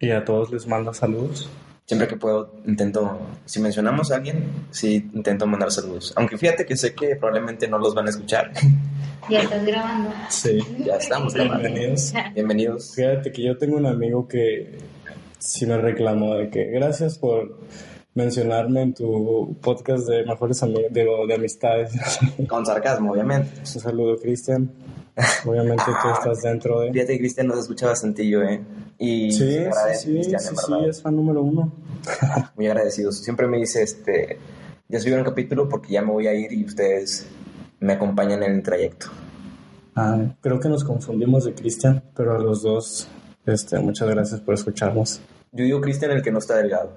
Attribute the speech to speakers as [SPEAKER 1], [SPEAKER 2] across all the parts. [SPEAKER 1] y a todos les manda saludos.
[SPEAKER 2] Siempre que puedo, intento, si mencionamos a alguien, sí, intento mandar saludos. Aunque fíjate que sé que probablemente no los van a escuchar.
[SPEAKER 3] Ya estás grabando.
[SPEAKER 1] Sí.
[SPEAKER 2] ya estamos grabando.
[SPEAKER 1] Bienvenidos.
[SPEAKER 2] Bienvenidos.
[SPEAKER 1] Fíjate que yo tengo un amigo que sí me reclamó de que gracias por mencionarme en tu podcast de mejores amigos, de, de amistades.
[SPEAKER 2] Con sarcasmo, obviamente.
[SPEAKER 1] Un saludo, Cristian. Obviamente tú estás dentro de...
[SPEAKER 2] Fíjate que Cristian nos escuchaba Santillo, ¿eh? Y
[SPEAKER 1] Sí,
[SPEAKER 2] se agradece,
[SPEAKER 1] sí, sí, sí,
[SPEAKER 2] Cristian, en
[SPEAKER 1] sí,
[SPEAKER 2] verdad.
[SPEAKER 1] es fan número uno.
[SPEAKER 2] Muy agradecidos. Siempre me dice, este, ya subieron un capítulo porque ya me voy a ir y ustedes me acompañan en el trayecto.
[SPEAKER 1] Ah, creo que nos confundimos de Cristian, pero a los dos, este, muchas gracias por escucharnos.
[SPEAKER 2] Yo digo Cristian el que no está delgado.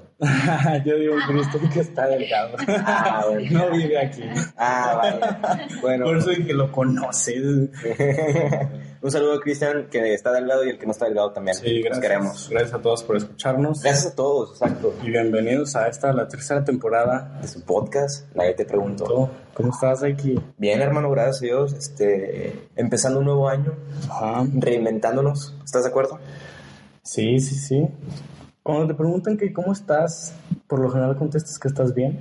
[SPEAKER 1] Yo digo Cristian que está delgado.
[SPEAKER 2] Ah, bueno.
[SPEAKER 1] No vive aquí.
[SPEAKER 2] Ah, vaya. Bueno,
[SPEAKER 1] Por eso es que lo conoces.
[SPEAKER 2] un saludo a Cristian que está delgado y el que no está delgado también.
[SPEAKER 1] Sí,
[SPEAKER 2] Los
[SPEAKER 1] gracias.
[SPEAKER 2] queremos.
[SPEAKER 1] Gracias a todos por escucharnos.
[SPEAKER 2] Gracias a todos, exacto.
[SPEAKER 1] Y bienvenidos a esta, la tercera temporada.
[SPEAKER 2] De su podcast, nadie te preguntó.
[SPEAKER 1] ¿Cómo estás aquí?
[SPEAKER 2] Bien, hermano, gracias a Dios. Este, empezando un nuevo año,
[SPEAKER 1] Ajá.
[SPEAKER 2] reinventándonos. ¿Estás de acuerdo?
[SPEAKER 1] Sí, sí, sí. Cuando te preguntan que cómo estás, por lo general contestas que estás bien.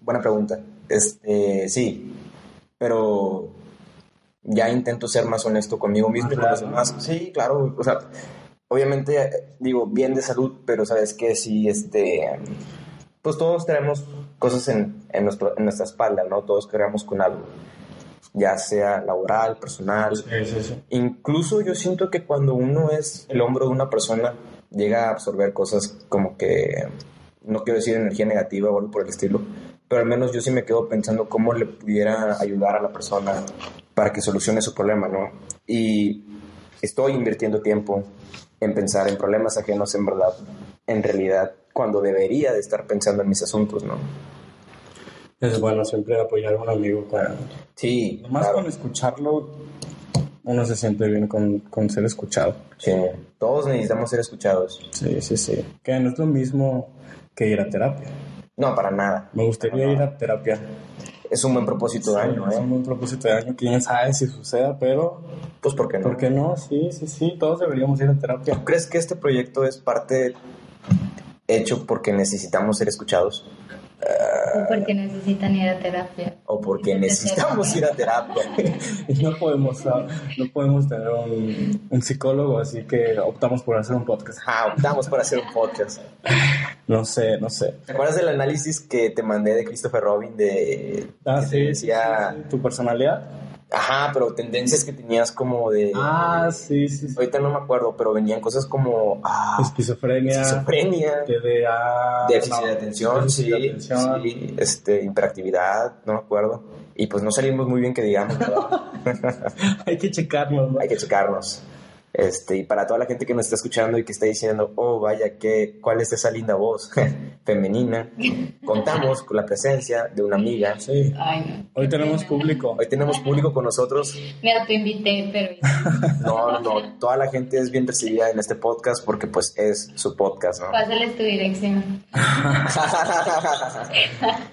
[SPEAKER 2] Buena pregunta. Este, sí, pero ya intento ser más honesto conmigo mismo y con los demás. Sí, claro, o sea, obviamente eh, digo bien de salud, pero sabes que sí, este, pues todos tenemos cosas en, en, nuestro- en nuestra espalda, ¿no? Todos cargamos con algo, ya sea laboral, personal.
[SPEAKER 1] sí, sí.
[SPEAKER 2] Incluso yo siento que cuando uno es el hombro de una persona, llega a absorber cosas como que, no quiero decir energía negativa o algo por el estilo, pero al menos yo sí me quedo pensando cómo le pudiera ayudar a la persona para que solucione su problema, ¿no? Y estoy invirtiendo tiempo en pensar en problemas ajenos en verdad, en realidad, cuando debería de estar pensando en mis asuntos, ¿no?
[SPEAKER 1] Es bueno siempre apoyar a un amigo. Para...
[SPEAKER 2] Sí,
[SPEAKER 1] Nomás
[SPEAKER 2] claro.
[SPEAKER 1] con escucharlo, uno se siente bien con, con ser escuchado.
[SPEAKER 2] Sí, todos necesitamos ser escuchados.
[SPEAKER 1] Sí, sí, sí. Que no es lo mismo que ir a terapia.
[SPEAKER 2] No, para nada.
[SPEAKER 1] Me gustaría ir a terapia.
[SPEAKER 2] Es un buen propósito de año,
[SPEAKER 1] es
[SPEAKER 2] ¿eh?
[SPEAKER 1] un buen propósito de año. Quién sabe si suceda, pero
[SPEAKER 2] Pues ¿por qué no?
[SPEAKER 1] ¿por qué no? Sí, sí, sí. Todos deberíamos ir a terapia.
[SPEAKER 2] ¿Crees que este proyecto es parte hecho porque necesitamos ser escuchados
[SPEAKER 3] Porque necesitan ir a terapia.
[SPEAKER 2] o porque necesitamos ir a terapia?
[SPEAKER 1] Y no podemos, ah, no podemos tener un, un psicólogo, así que optamos por hacer un podcast.
[SPEAKER 2] Ah, optamos para hacer un podcast.
[SPEAKER 1] No sé, no sé.
[SPEAKER 2] ¿Te acuerdas del análisis que te mandé de Christopher Robin de
[SPEAKER 1] Ah,
[SPEAKER 2] que te
[SPEAKER 1] sí,
[SPEAKER 2] decía,
[SPEAKER 1] sí, sí. ¿Tu personalidad?
[SPEAKER 2] ajá, pero tendencias que tenías como de
[SPEAKER 1] Ah, sí, sí. sí.
[SPEAKER 2] ahorita no me acuerdo, pero venían cosas como ah,
[SPEAKER 1] Esquizofrenia.
[SPEAKER 2] esquizofrenia,
[SPEAKER 1] TDA.
[SPEAKER 2] déficit
[SPEAKER 1] no,
[SPEAKER 2] de atención,
[SPEAKER 1] déficit
[SPEAKER 2] sí,
[SPEAKER 1] de atención.
[SPEAKER 2] sí, este hiperactividad, no me acuerdo. Y pues no salimos muy bien que digamos. ¿verdad?
[SPEAKER 1] Hay que checarlo, ¿no?
[SPEAKER 2] hay que checarnos. Este, y para toda la gente que nos está escuchando y que está diciendo, oh, vaya, que, ¿cuál es esa linda voz femenina? Contamos con la presencia de una amiga.
[SPEAKER 1] Sí.
[SPEAKER 3] Ay, no.
[SPEAKER 1] Hoy tenemos público.
[SPEAKER 2] Hoy tenemos público con nosotros.
[SPEAKER 3] Me autoinvité, pero
[SPEAKER 2] No, no, no, toda la gente es bien recibida en este podcast porque pues es su podcast, ¿no?
[SPEAKER 3] pásales tu dirección.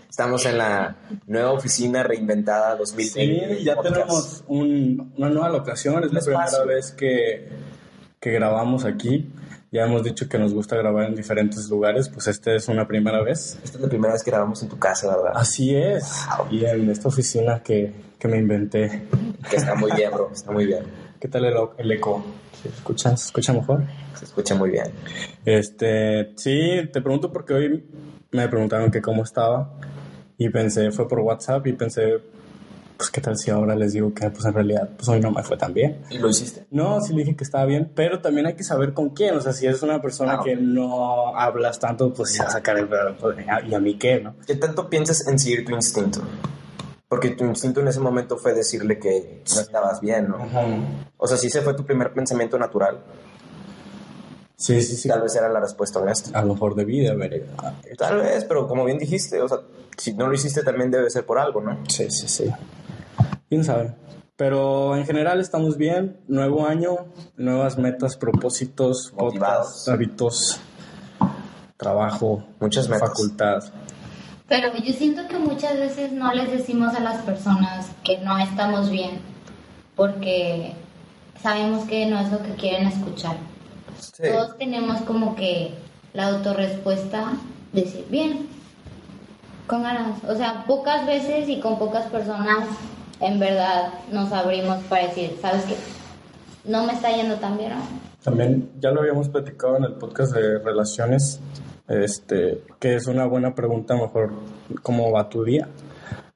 [SPEAKER 2] Estamos en la nueva oficina reinventada 2020.
[SPEAKER 1] Sí,
[SPEAKER 2] del
[SPEAKER 1] ya
[SPEAKER 2] podcast.
[SPEAKER 1] tenemos un- una nueva locación. Es
[SPEAKER 2] Un
[SPEAKER 1] la primera
[SPEAKER 2] espacio.
[SPEAKER 1] vez que, que grabamos aquí. Ya hemos dicho que nos gusta grabar en diferentes lugares, pues esta es una primera vez.
[SPEAKER 2] Esta es la primera vez que grabamos en tu casa, ¿verdad?
[SPEAKER 1] Así es. Y en esta oficina que, que me inventé.
[SPEAKER 2] Que está muy bien, bro, está muy bien.
[SPEAKER 1] ¿Qué tal el, el eco? ¿Se escucha, se escucha mejor?
[SPEAKER 2] Se escucha muy bien.
[SPEAKER 1] Este, sí, te pregunto porque hoy me preguntaron que cómo estaba y pensé, fue por WhatsApp y pensé, pues qué tal si ahora les digo que pues en realidad pues hoy no me fue tan bien.
[SPEAKER 2] ¿Y lo hiciste?
[SPEAKER 1] No, sí le dije que estaba bien, pero también hay que saber con quién. O sea, si eres una persona
[SPEAKER 2] Ah, ok.
[SPEAKER 1] que no hablas tanto, pues se va a sacar el... pues, ¿Y a mí qué, no?
[SPEAKER 2] ¿Qué tanto piensas en seguir tu instinto? Porque tu instinto en ese momento fue decirle que no estabas bien, ¿no? O sea, si ese fue tu primer pensamiento natural,
[SPEAKER 1] Sí, sí, sí.
[SPEAKER 2] tal vez era la respuesta honesta.
[SPEAKER 1] A lo mejor de vida, ver.
[SPEAKER 2] Tal vez, pero como bien dijiste, o sea, si no lo hiciste también debe ser por algo, ¿no?
[SPEAKER 1] Sí, sí, sí. ¿Quién sabe? Pero en general estamos bien. Nuevo año, nuevas metas, propósitos,
[SPEAKER 2] Motivados.
[SPEAKER 1] podcasts, hábitos, trabajo,
[SPEAKER 2] Muchas metas.
[SPEAKER 1] facultad.
[SPEAKER 3] Pero yo siento que muchas veces no les decimos a las personas que no estamos bien porque sabemos que no es lo que quieren escuchar.
[SPEAKER 2] Sí.
[SPEAKER 3] Todos tenemos como que la autorrespuesta, decir bien, con ganas. O sea, pocas veces y con pocas personas en verdad nos abrimos para decir, ¿sabes qué? No me está yendo tan bien. ¿no?
[SPEAKER 1] También ya lo habíamos platicado en el podcast de relaciones, este, que es una buena pregunta mejor, ¿cómo va tu día?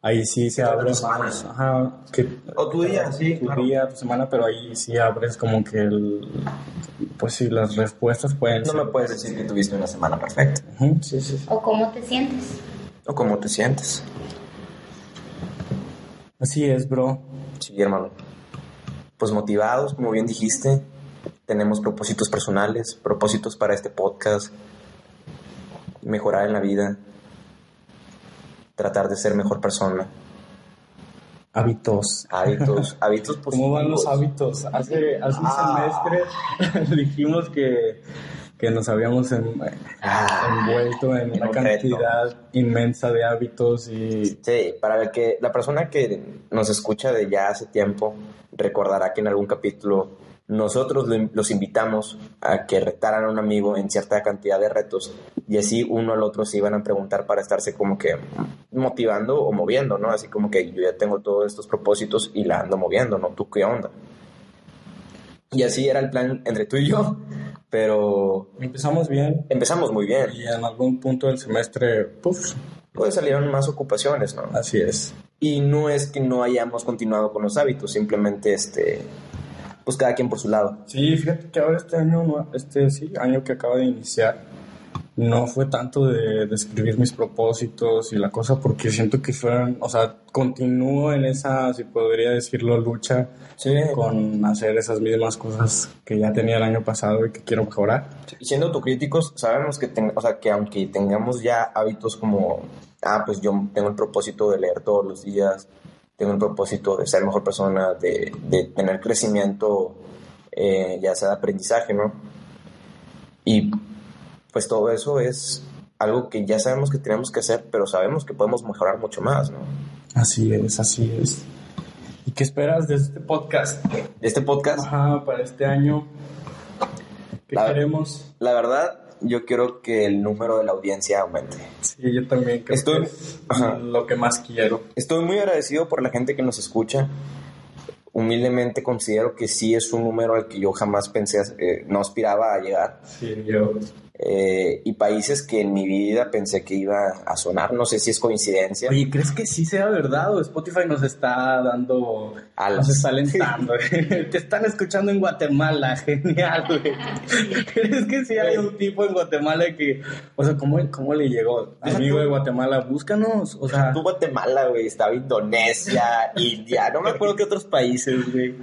[SPEAKER 1] Ahí sí se
[SPEAKER 2] tal
[SPEAKER 1] abre
[SPEAKER 2] tu semana?
[SPEAKER 1] más, ajá, que-
[SPEAKER 2] O tu día, sí,
[SPEAKER 1] tu
[SPEAKER 2] claro.
[SPEAKER 1] día, tu semana, pero ahí sí abres como que el, pues sí, las respuestas pueden
[SPEAKER 2] No
[SPEAKER 1] ser-
[SPEAKER 2] me puedes decir que tuviste una semana perfecta.
[SPEAKER 1] Ujú, sí, sí, sí.
[SPEAKER 3] O cómo te sientes.
[SPEAKER 2] O cómo te sientes.
[SPEAKER 1] Así es, bro.
[SPEAKER 2] Sí, hermano. Pues motivados, como bien dijiste. Tenemos propósitos personales, propósitos para este podcast. Mejorar en la vida. Tratar de ser mejor persona.
[SPEAKER 1] Hábitos.
[SPEAKER 2] Hábitos, hábitos positivos.
[SPEAKER 1] ¿Cómo van los hábitos? Hace, hace un
[SPEAKER 2] Ah.
[SPEAKER 1] semestre dijimos que, que nos habíamos en-
[SPEAKER 2] Ah,
[SPEAKER 1] envuelto en
[SPEAKER 2] En
[SPEAKER 1] una
[SPEAKER 2] un
[SPEAKER 1] cantidad inmensa de hábitos y
[SPEAKER 2] sí, para el que la persona que nos escucha de ya hace tiempo recordará que en algún capítulo nosotros lo- los invitamos a que retaran a un amigo en cierta cantidad de retos y así uno al otro se iban a preguntar para estarse como que motivando o moviendo, ¿no? Así como que yo ya tengo todos estos propósitos y la ando moviendo, ¿no? ¿Tú qué onda? Y así era el plan entre tú y yo, pero
[SPEAKER 1] empezamos bien
[SPEAKER 2] empezamos muy bien.
[SPEAKER 1] y en algún punto del semestre, puff,
[SPEAKER 2] Pues salieron más ocupaciones, ¿no?
[SPEAKER 1] así es.
[SPEAKER 2] Y no es que no hayamos continuado con los hábitos, simplemente este, pues cada quien por su lado.
[SPEAKER 1] Sí, fíjate que ahora este año, no- este sí, año que acaba de iniciar, no fue tanto de, de escribir mis propósitos y la cosa, porque siento que fueron, o sea, continúo en esa, si podría decirlo, lucha
[SPEAKER 2] Sí,
[SPEAKER 1] con hacer esas mismas cosas que ya tenía el año pasado y que quiero mejorar.
[SPEAKER 2] Y siendo autocríticos, sabemos que, ten- o sea, que aunque tengamos ya hábitos como, ah, pues yo tengo el propósito de leer todos los días, tengo el propósito de ser mejor persona, de, de tener crecimiento, eh, ya sea de aprendizaje, ¿no? Y pues todo eso es algo que ya sabemos que tenemos que hacer, pero sabemos que podemos mejorar mucho más, ¿no?
[SPEAKER 1] Así es, así es. ¿Y qué esperas de este podcast?
[SPEAKER 2] De este podcast,
[SPEAKER 1] Ajá, para este año. ¿Qué
[SPEAKER 2] La-
[SPEAKER 1] queremos?
[SPEAKER 2] La verdad, yo quiero que el número de la audiencia aumente.
[SPEAKER 1] Sí, yo también creo
[SPEAKER 2] Estoy-
[SPEAKER 1] que es
[SPEAKER 2] ajá.
[SPEAKER 1] lo que más quiero.
[SPEAKER 2] Estoy muy agradecido por la gente que nos escucha. Humildemente considero que sí es un número al que yo jamás pensé, eh, no aspiraba a llegar.
[SPEAKER 1] Sí, yo.
[SPEAKER 2] Eh, y países que en mi vida pensé que iba a sonar, no sé si es coincidencia.
[SPEAKER 1] Oye, ¿crees que sí sea verdad o Spotify nos está dando...
[SPEAKER 2] Alas.
[SPEAKER 1] Nos está alentando. Te están escuchando en Guatemala, genial, güey. ¿Crees que sí hay un tipo en Guatemala que... O sea, ¿cómo, cómo le llegó?
[SPEAKER 2] Deja
[SPEAKER 1] Amigo
[SPEAKER 2] tú-
[SPEAKER 1] de Guatemala, búscanos. O sea,
[SPEAKER 2] Tú Guatemala, güey, estaba Indonesia, India, no me acuerdo qué otros países, güey.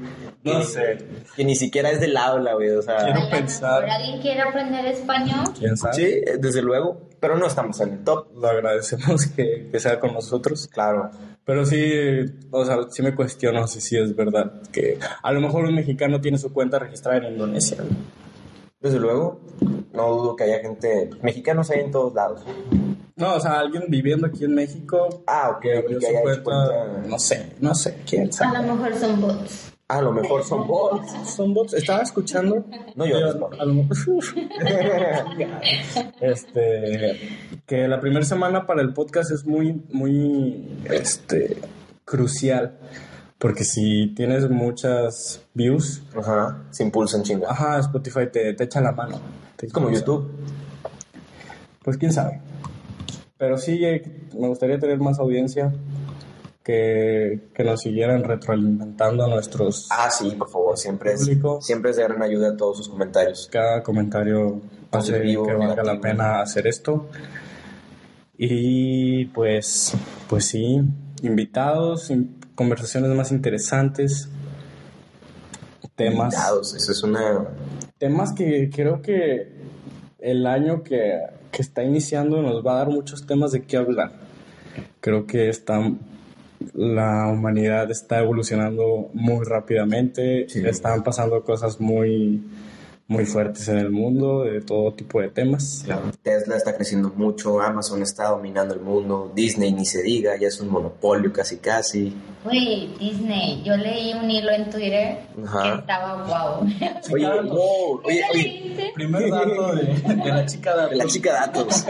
[SPEAKER 1] no
[SPEAKER 2] que-
[SPEAKER 1] sé.
[SPEAKER 2] Que ni siquiera es del habla, güey, o sea.
[SPEAKER 1] Quiero
[SPEAKER 3] A lo
[SPEAKER 1] pensar.
[SPEAKER 3] mejor ¿Alguien quiere aprender español?
[SPEAKER 1] ¿Quién sabe?
[SPEAKER 2] Sí, eh, desde luego, pero no estamos en el top,
[SPEAKER 1] Lo agradecemos que, que sea con nosotros.
[SPEAKER 2] claro.
[SPEAKER 1] Pero sí, o sea, sí me cuestiono si sí es verdad que a lo mejor un mexicano tiene su cuenta registrada en Indonesia. güey.
[SPEAKER 2] Desde luego, no dudo que haya gente. Mexicanos hay en todos lados.
[SPEAKER 1] No, o sea, alguien viviendo aquí en México
[SPEAKER 2] Ah, ok,
[SPEAKER 1] que
[SPEAKER 2] y
[SPEAKER 1] abrió
[SPEAKER 2] que
[SPEAKER 1] su
[SPEAKER 2] haya
[SPEAKER 1] cuenta,
[SPEAKER 2] hecho cuenta-
[SPEAKER 1] no sé, no sé, quién
[SPEAKER 3] A
[SPEAKER 1] sabe.
[SPEAKER 3] lo mejor son bots.
[SPEAKER 2] Ah, a lo mejor son bots.
[SPEAKER 1] Son bots, estaba escuchando.
[SPEAKER 2] No llores,
[SPEAKER 1] Yo,
[SPEAKER 2] por
[SPEAKER 1] a lo mejor- Este, que la primera semana para el podcast es muy, muy, este, crucial. Porque si tienes muchas views,
[SPEAKER 2] Ajá, se impulsan chinga.
[SPEAKER 1] Ajá, Spotify te, te echa la mano. Te
[SPEAKER 2] Es como
[SPEAKER 1] impulsa.
[SPEAKER 2] YouTube.
[SPEAKER 1] Pues quién sabe. Pero sí, eh, me gustaría tener más audiencia que, que nos siguieran retroalimentando nuestros...
[SPEAKER 2] Ah, sí, por favor, siempre es,
[SPEAKER 1] Público.
[SPEAKER 2] siempre es de gran ayuda a todos sus comentarios.
[SPEAKER 1] Cada comentario hace que
[SPEAKER 2] Positivo,
[SPEAKER 1] valga la
[SPEAKER 2] negativo.
[SPEAKER 1] pena hacer esto. Y pues, pues sí, invitados, in- conversaciones más interesantes, temas...
[SPEAKER 2] Dados, eso es una.
[SPEAKER 1] temas que creo que el año que, que está iniciando nos va a dar muchos temas de qué hablar. Creo que está, la humanidad está evolucionando muy rápidamente,
[SPEAKER 2] Sí.
[SPEAKER 1] están pasando cosas muy muy fuertes en el mundo, de todo tipo de temas.
[SPEAKER 2] Tesla está creciendo mucho, Amazon está dominando el mundo, Disney ni se diga, ya es un monopolio casi casi.
[SPEAKER 3] Güey, Disney, yo leí un hilo en Twitter
[SPEAKER 2] Ajá.
[SPEAKER 3] que estaba guau.
[SPEAKER 2] Oye, wow, oye,
[SPEAKER 3] ¿Ya
[SPEAKER 2] oye,
[SPEAKER 3] leíste?
[SPEAKER 1] Primer dato de, la chica
[SPEAKER 2] de la chica datos.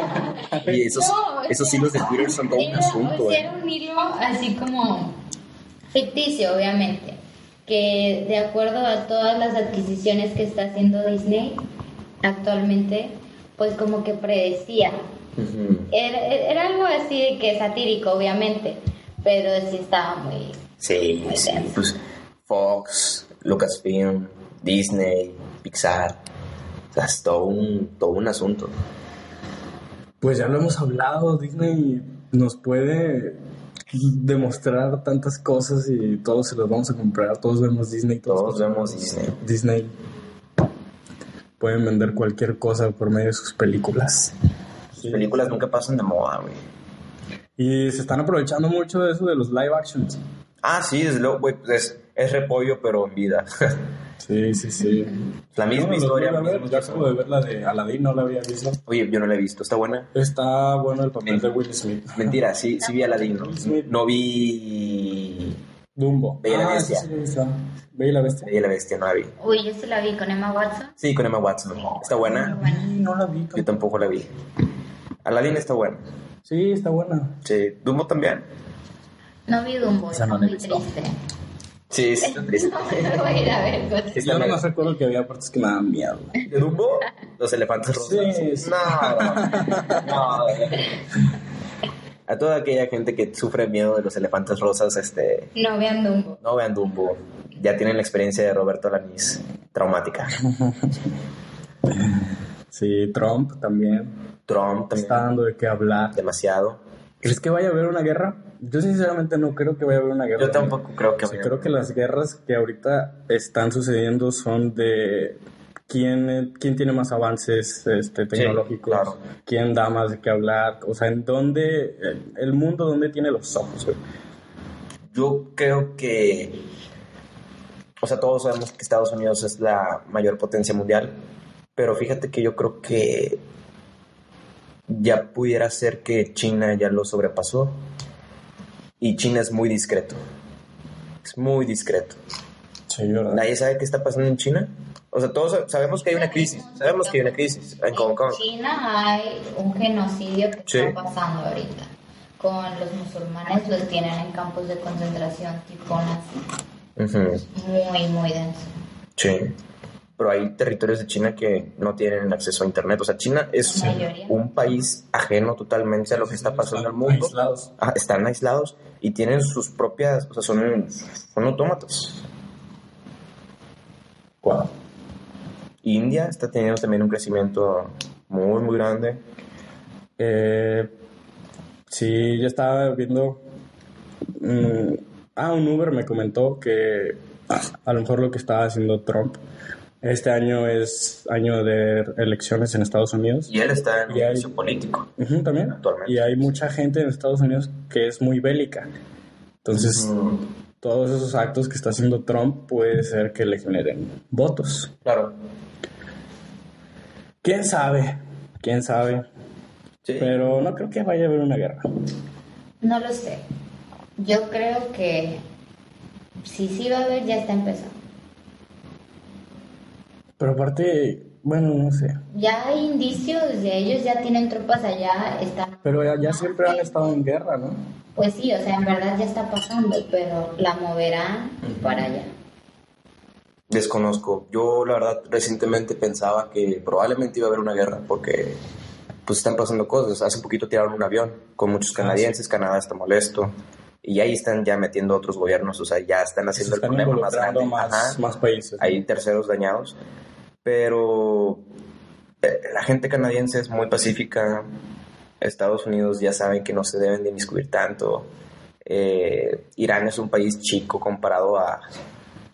[SPEAKER 2] Y esos,
[SPEAKER 3] No, o
[SPEAKER 2] esos
[SPEAKER 3] sea,
[SPEAKER 2] hilos de Twitter son todo un
[SPEAKER 3] era-
[SPEAKER 2] asunto,
[SPEAKER 3] o sea,
[SPEAKER 2] eh.
[SPEAKER 3] era un hilo así como ficticio, obviamente, que de acuerdo a todas las adquisiciones que está haciendo Disney actualmente, pues como que predecía.
[SPEAKER 2] Ujú.
[SPEAKER 3] Era, era algo así de que satírico, obviamente, pero sí estaba muy...
[SPEAKER 2] Sí, sí, pues Fox, Lucasfilm, Disney, Pixar. O sea, es todo un, todo un asunto.
[SPEAKER 1] Pues ya lo hemos hablado, Disney nos puede demostrar tantas cosas y todos se los vamos a comprar, todos vemos Disney,
[SPEAKER 2] Todos vemos Disney.
[SPEAKER 1] Disney. Pueden vender cualquier cosa por medio de sus películas.
[SPEAKER 2] Sus películas nunca pasan de moda, güey.
[SPEAKER 1] Y se están aprovechando mucho de eso de los live actions.
[SPEAKER 2] Ah, sí, es, lo, güey, pues es, es repollo, pero en vida.
[SPEAKER 1] Sí, sí, sí.
[SPEAKER 2] La misma historia.
[SPEAKER 1] Ya
[SPEAKER 2] mismo
[SPEAKER 1] acabo de ver la de Aladdin, no la había visto.
[SPEAKER 2] Oye, yo no la he visto, está buena.
[SPEAKER 1] Está bueno el papel
[SPEAKER 2] Men-
[SPEAKER 1] de Will Smith.
[SPEAKER 2] Mentira, sí, sí vi a Aladdin. No,
[SPEAKER 1] Smith.
[SPEAKER 2] No vi.
[SPEAKER 1] Dumbo.
[SPEAKER 2] Bella la
[SPEAKER 1] Ah,
[SPEAKER 2] Bestia.
[SPEAKER 1] sí, sí, ahí está. Bella la Bestia.
[SPEAKER 2] Bella y la Bestia, no la vi.
[SPEAKER 3] Uy, yo sí la vi con Emma Watson.
[SPEAKER 2] Sí, con Emma Watson. Está buena.
[SPEAKER 1] Sí, No la vi.
[SPEAKER 2] Yo tampoco la vi. Aladdin está buena.
[SPEAKER 1] Sí, está buena.
[SPEAKER 2] Sí, Dumbo también.
[SPEAKER 3] No vi Dumbo,
[SPEAKER 1] Esa
[SPEAKER 3] está
[SPEAKER 1] no la he
[SPEAKER 3] muy
[SPEAKER 1] visto.
[SPEAKER 3] triste.
[SPEAKER 2] Sí, está triste.
[SPEAKER 3] No, voy a ir a ver. pues.
[SPEAKER 1] Yo
[SPEAKER 2] Está
[SPEAKER 1] no
[SPEAKER 2] mega-
[SPEAKER 1] más recuerdo que había partes que me daban miedo.
[SPEAKER 2] ¿De Dumbo? Los elefantes rosas.
[SPEAKER 1] Sí, sí.
[SPEAKER 2] No, no. A toda aquella gente que sufre miedo de los elefantes rosas, este,
[SPEAKER 3] No vean Dumbo.
[SPEAKER 2] no vean Dumbo. Ya tienen la experiencia de Roberto Alanis, traumática.
[SPEAKER 1] Sí, Trump también.
[SPEAKER 2] Trump también,
[SPEAKER 1] Está dando de qué hablar.
[SPEAKER 2] demasiado.
[SPEAKER 1] ¿Crees que vaya a haber una guerra? Yo sinceramente no creo que vaya a haber una guerra.
[SPEAKER 2] Yo tampoco creo que...
[SPEAKER 1] O sea, creo que las guerras que ahorita están sucediendo son de quién, eh, quién tiene más avances este, tecnológicos,
[SPEAKER 2] claro.
[SPEAKER 1] quién da más de qué hablar, o sea, en dónde, el, el mundo donde tiene los ojos. güey.
[SPEAKER 2] Yo creo que... O sea, todos sabemos que Estados Unidos es la mayor potencia mundial, pero fíjate que yo creo que ya pudiera ser que China ya lo sobrepasó y China es muy discreto. Es muy discreto.
[SPEAKER 1] Sí, ¿verdad?
[SPEAKER 2] Nadie sabe qué está pasando en China. O sea, todos sa- sabemos que hay una crisis, sabemos que hay una crisis en Hong Kong.
[SPEAKER 3] China hay un genocidio que
[SPEAKER 2] Sí.
[SPEAKER 3] está pasando ahorita. Con los musulmanes los tienen en campos de concentración tipo nazi.
[SPEAKER 2] Ujú.
[SPEAKER 3] Muy, muy denso.
[SPEAKER 2] Sí. Pero hay territorios de China que no tienen acceso a Internet. O sea, China es
[SPEAKER 3] La mayoría.
[SPEAKER 2] un país ajeno totalmente a lo que está pasando en el mundo.
[SPEAKER 1] Aislados.
[SPEAKER 2] Ah, Están aislados y tienen sus propias, o sea, son, son autómatas.
[SPEAKER 1] Guau.
[SPEAKER 2] India está teniendo también un crecimiento muy, muy grande.
[SPEAKER 1] Eh, sí, yo estaba viendo. mm, ah, un Uber me comentó que ah, a lo mejor lo que estaba haciendo Trump este año es año de elecciones en Estados Unidos.
[SPEAKER 2] Y él está en un
[SPEAKER 1] Y hay-
[SPEAKER 2] juicio político.
[SPEAKER 1] Ujú, también.
[SPEAKER 2] Actualmente.
[SPEAKER 1] Y hay mucha gente en Estados Unidos que es muy bélica. Entonces,
[SPEAKER 2] Mm,
[SPEAKER 1] todos esos actos que está haciendo Trump puede ser que le generen votos.
[SPEAKER 2] claro.
[SPEAKER 1] ¿Quién sabe? ¿Quién sabe?
[SPEAKER 2] Sí.
[SPEAKER 1] Pero no creo que vaya a haber una guerra.
[SPEAKER 3] No lo sé. Yo creo que si sí va a haber, ya está empezando.
[SPEAKER 1] Pero aparte, bueno, no sé.
[SPEAKER 3] Ya hay indicios de ellos, ya tienen tropas allá, están...
[SPEAKER 1] Pero ya, ya siempre han estado en guerra, ¿no?
[SPEAKER 3] Pues sí, o sea, en verdad ya está pasando, pero la moverán para allá.
[SPEAKER 2] Desconozco. Yo, la verdad, recientemente pensaba que probablemente iba a haber una guerra porque pues están pasando cosas. Hace poquito tiraron un avión con muchos
[SPEAKER 1] Ah,
[SPEAKER 2] canadienses, Canadá está molesto. Y ahí están ya metiendo otros gobiernos, o sea, ya están
[SPEAKER 1] Se
[SPEAKER 2] haciendo el
[SPEAKER 1] están
[SPEAKER 2] problema más
[SPEAKER 1] involucrando
[SPEAKER 2] grande.
[SPEAKER 1] más,
[SPEAKER 2] Ajá.
[SPEAKER 1] más países.
[SPEAKER 2] Hay terceros dañados. Pero eh, la gente canadiense es muy pacífica. Estados Unidos ya saben que no se deben de inmiscuir tanto. Eh, Irán es un país chico comparado a